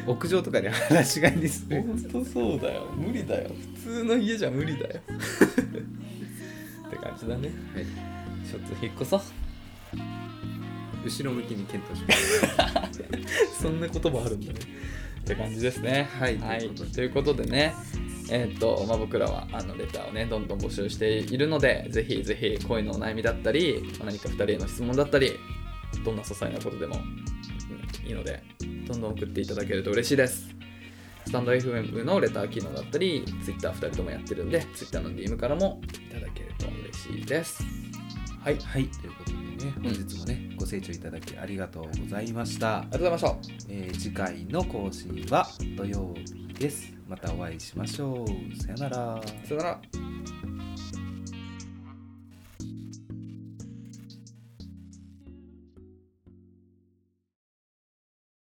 A: 屋上とかで話し飼いにす
B: ほ
A: る
B: んとそうだよ無理だよ普通の家じゃ無理 だよって感じだね
A: はい
B: ちょっと引っ越そう
A: 後ろ向きに検討します
B: そんな言葉あるんだね。って感じですね。
A: はい
B: ということでね、えーっとまあ、僕らはあのレターをね、どんどん募集しているので、ぜひぜひ恋のお悩みだったり、まあ何か2人への質問だったり、どんな些細なことでもうんいいので、どんどん送っていただけると嬉しいです。スタンド FM のレター機能だったり、Twitter2 人ともやってるんで、Twitter の DM からもいただけると嬉しいです。はい、あり
A: はいということでね本日もねご清聴いただきありがとうございました
B: がとうございました。
A: えー次回の更新は土曜日ですまたお会いしましょうさよなら
B: さよなら。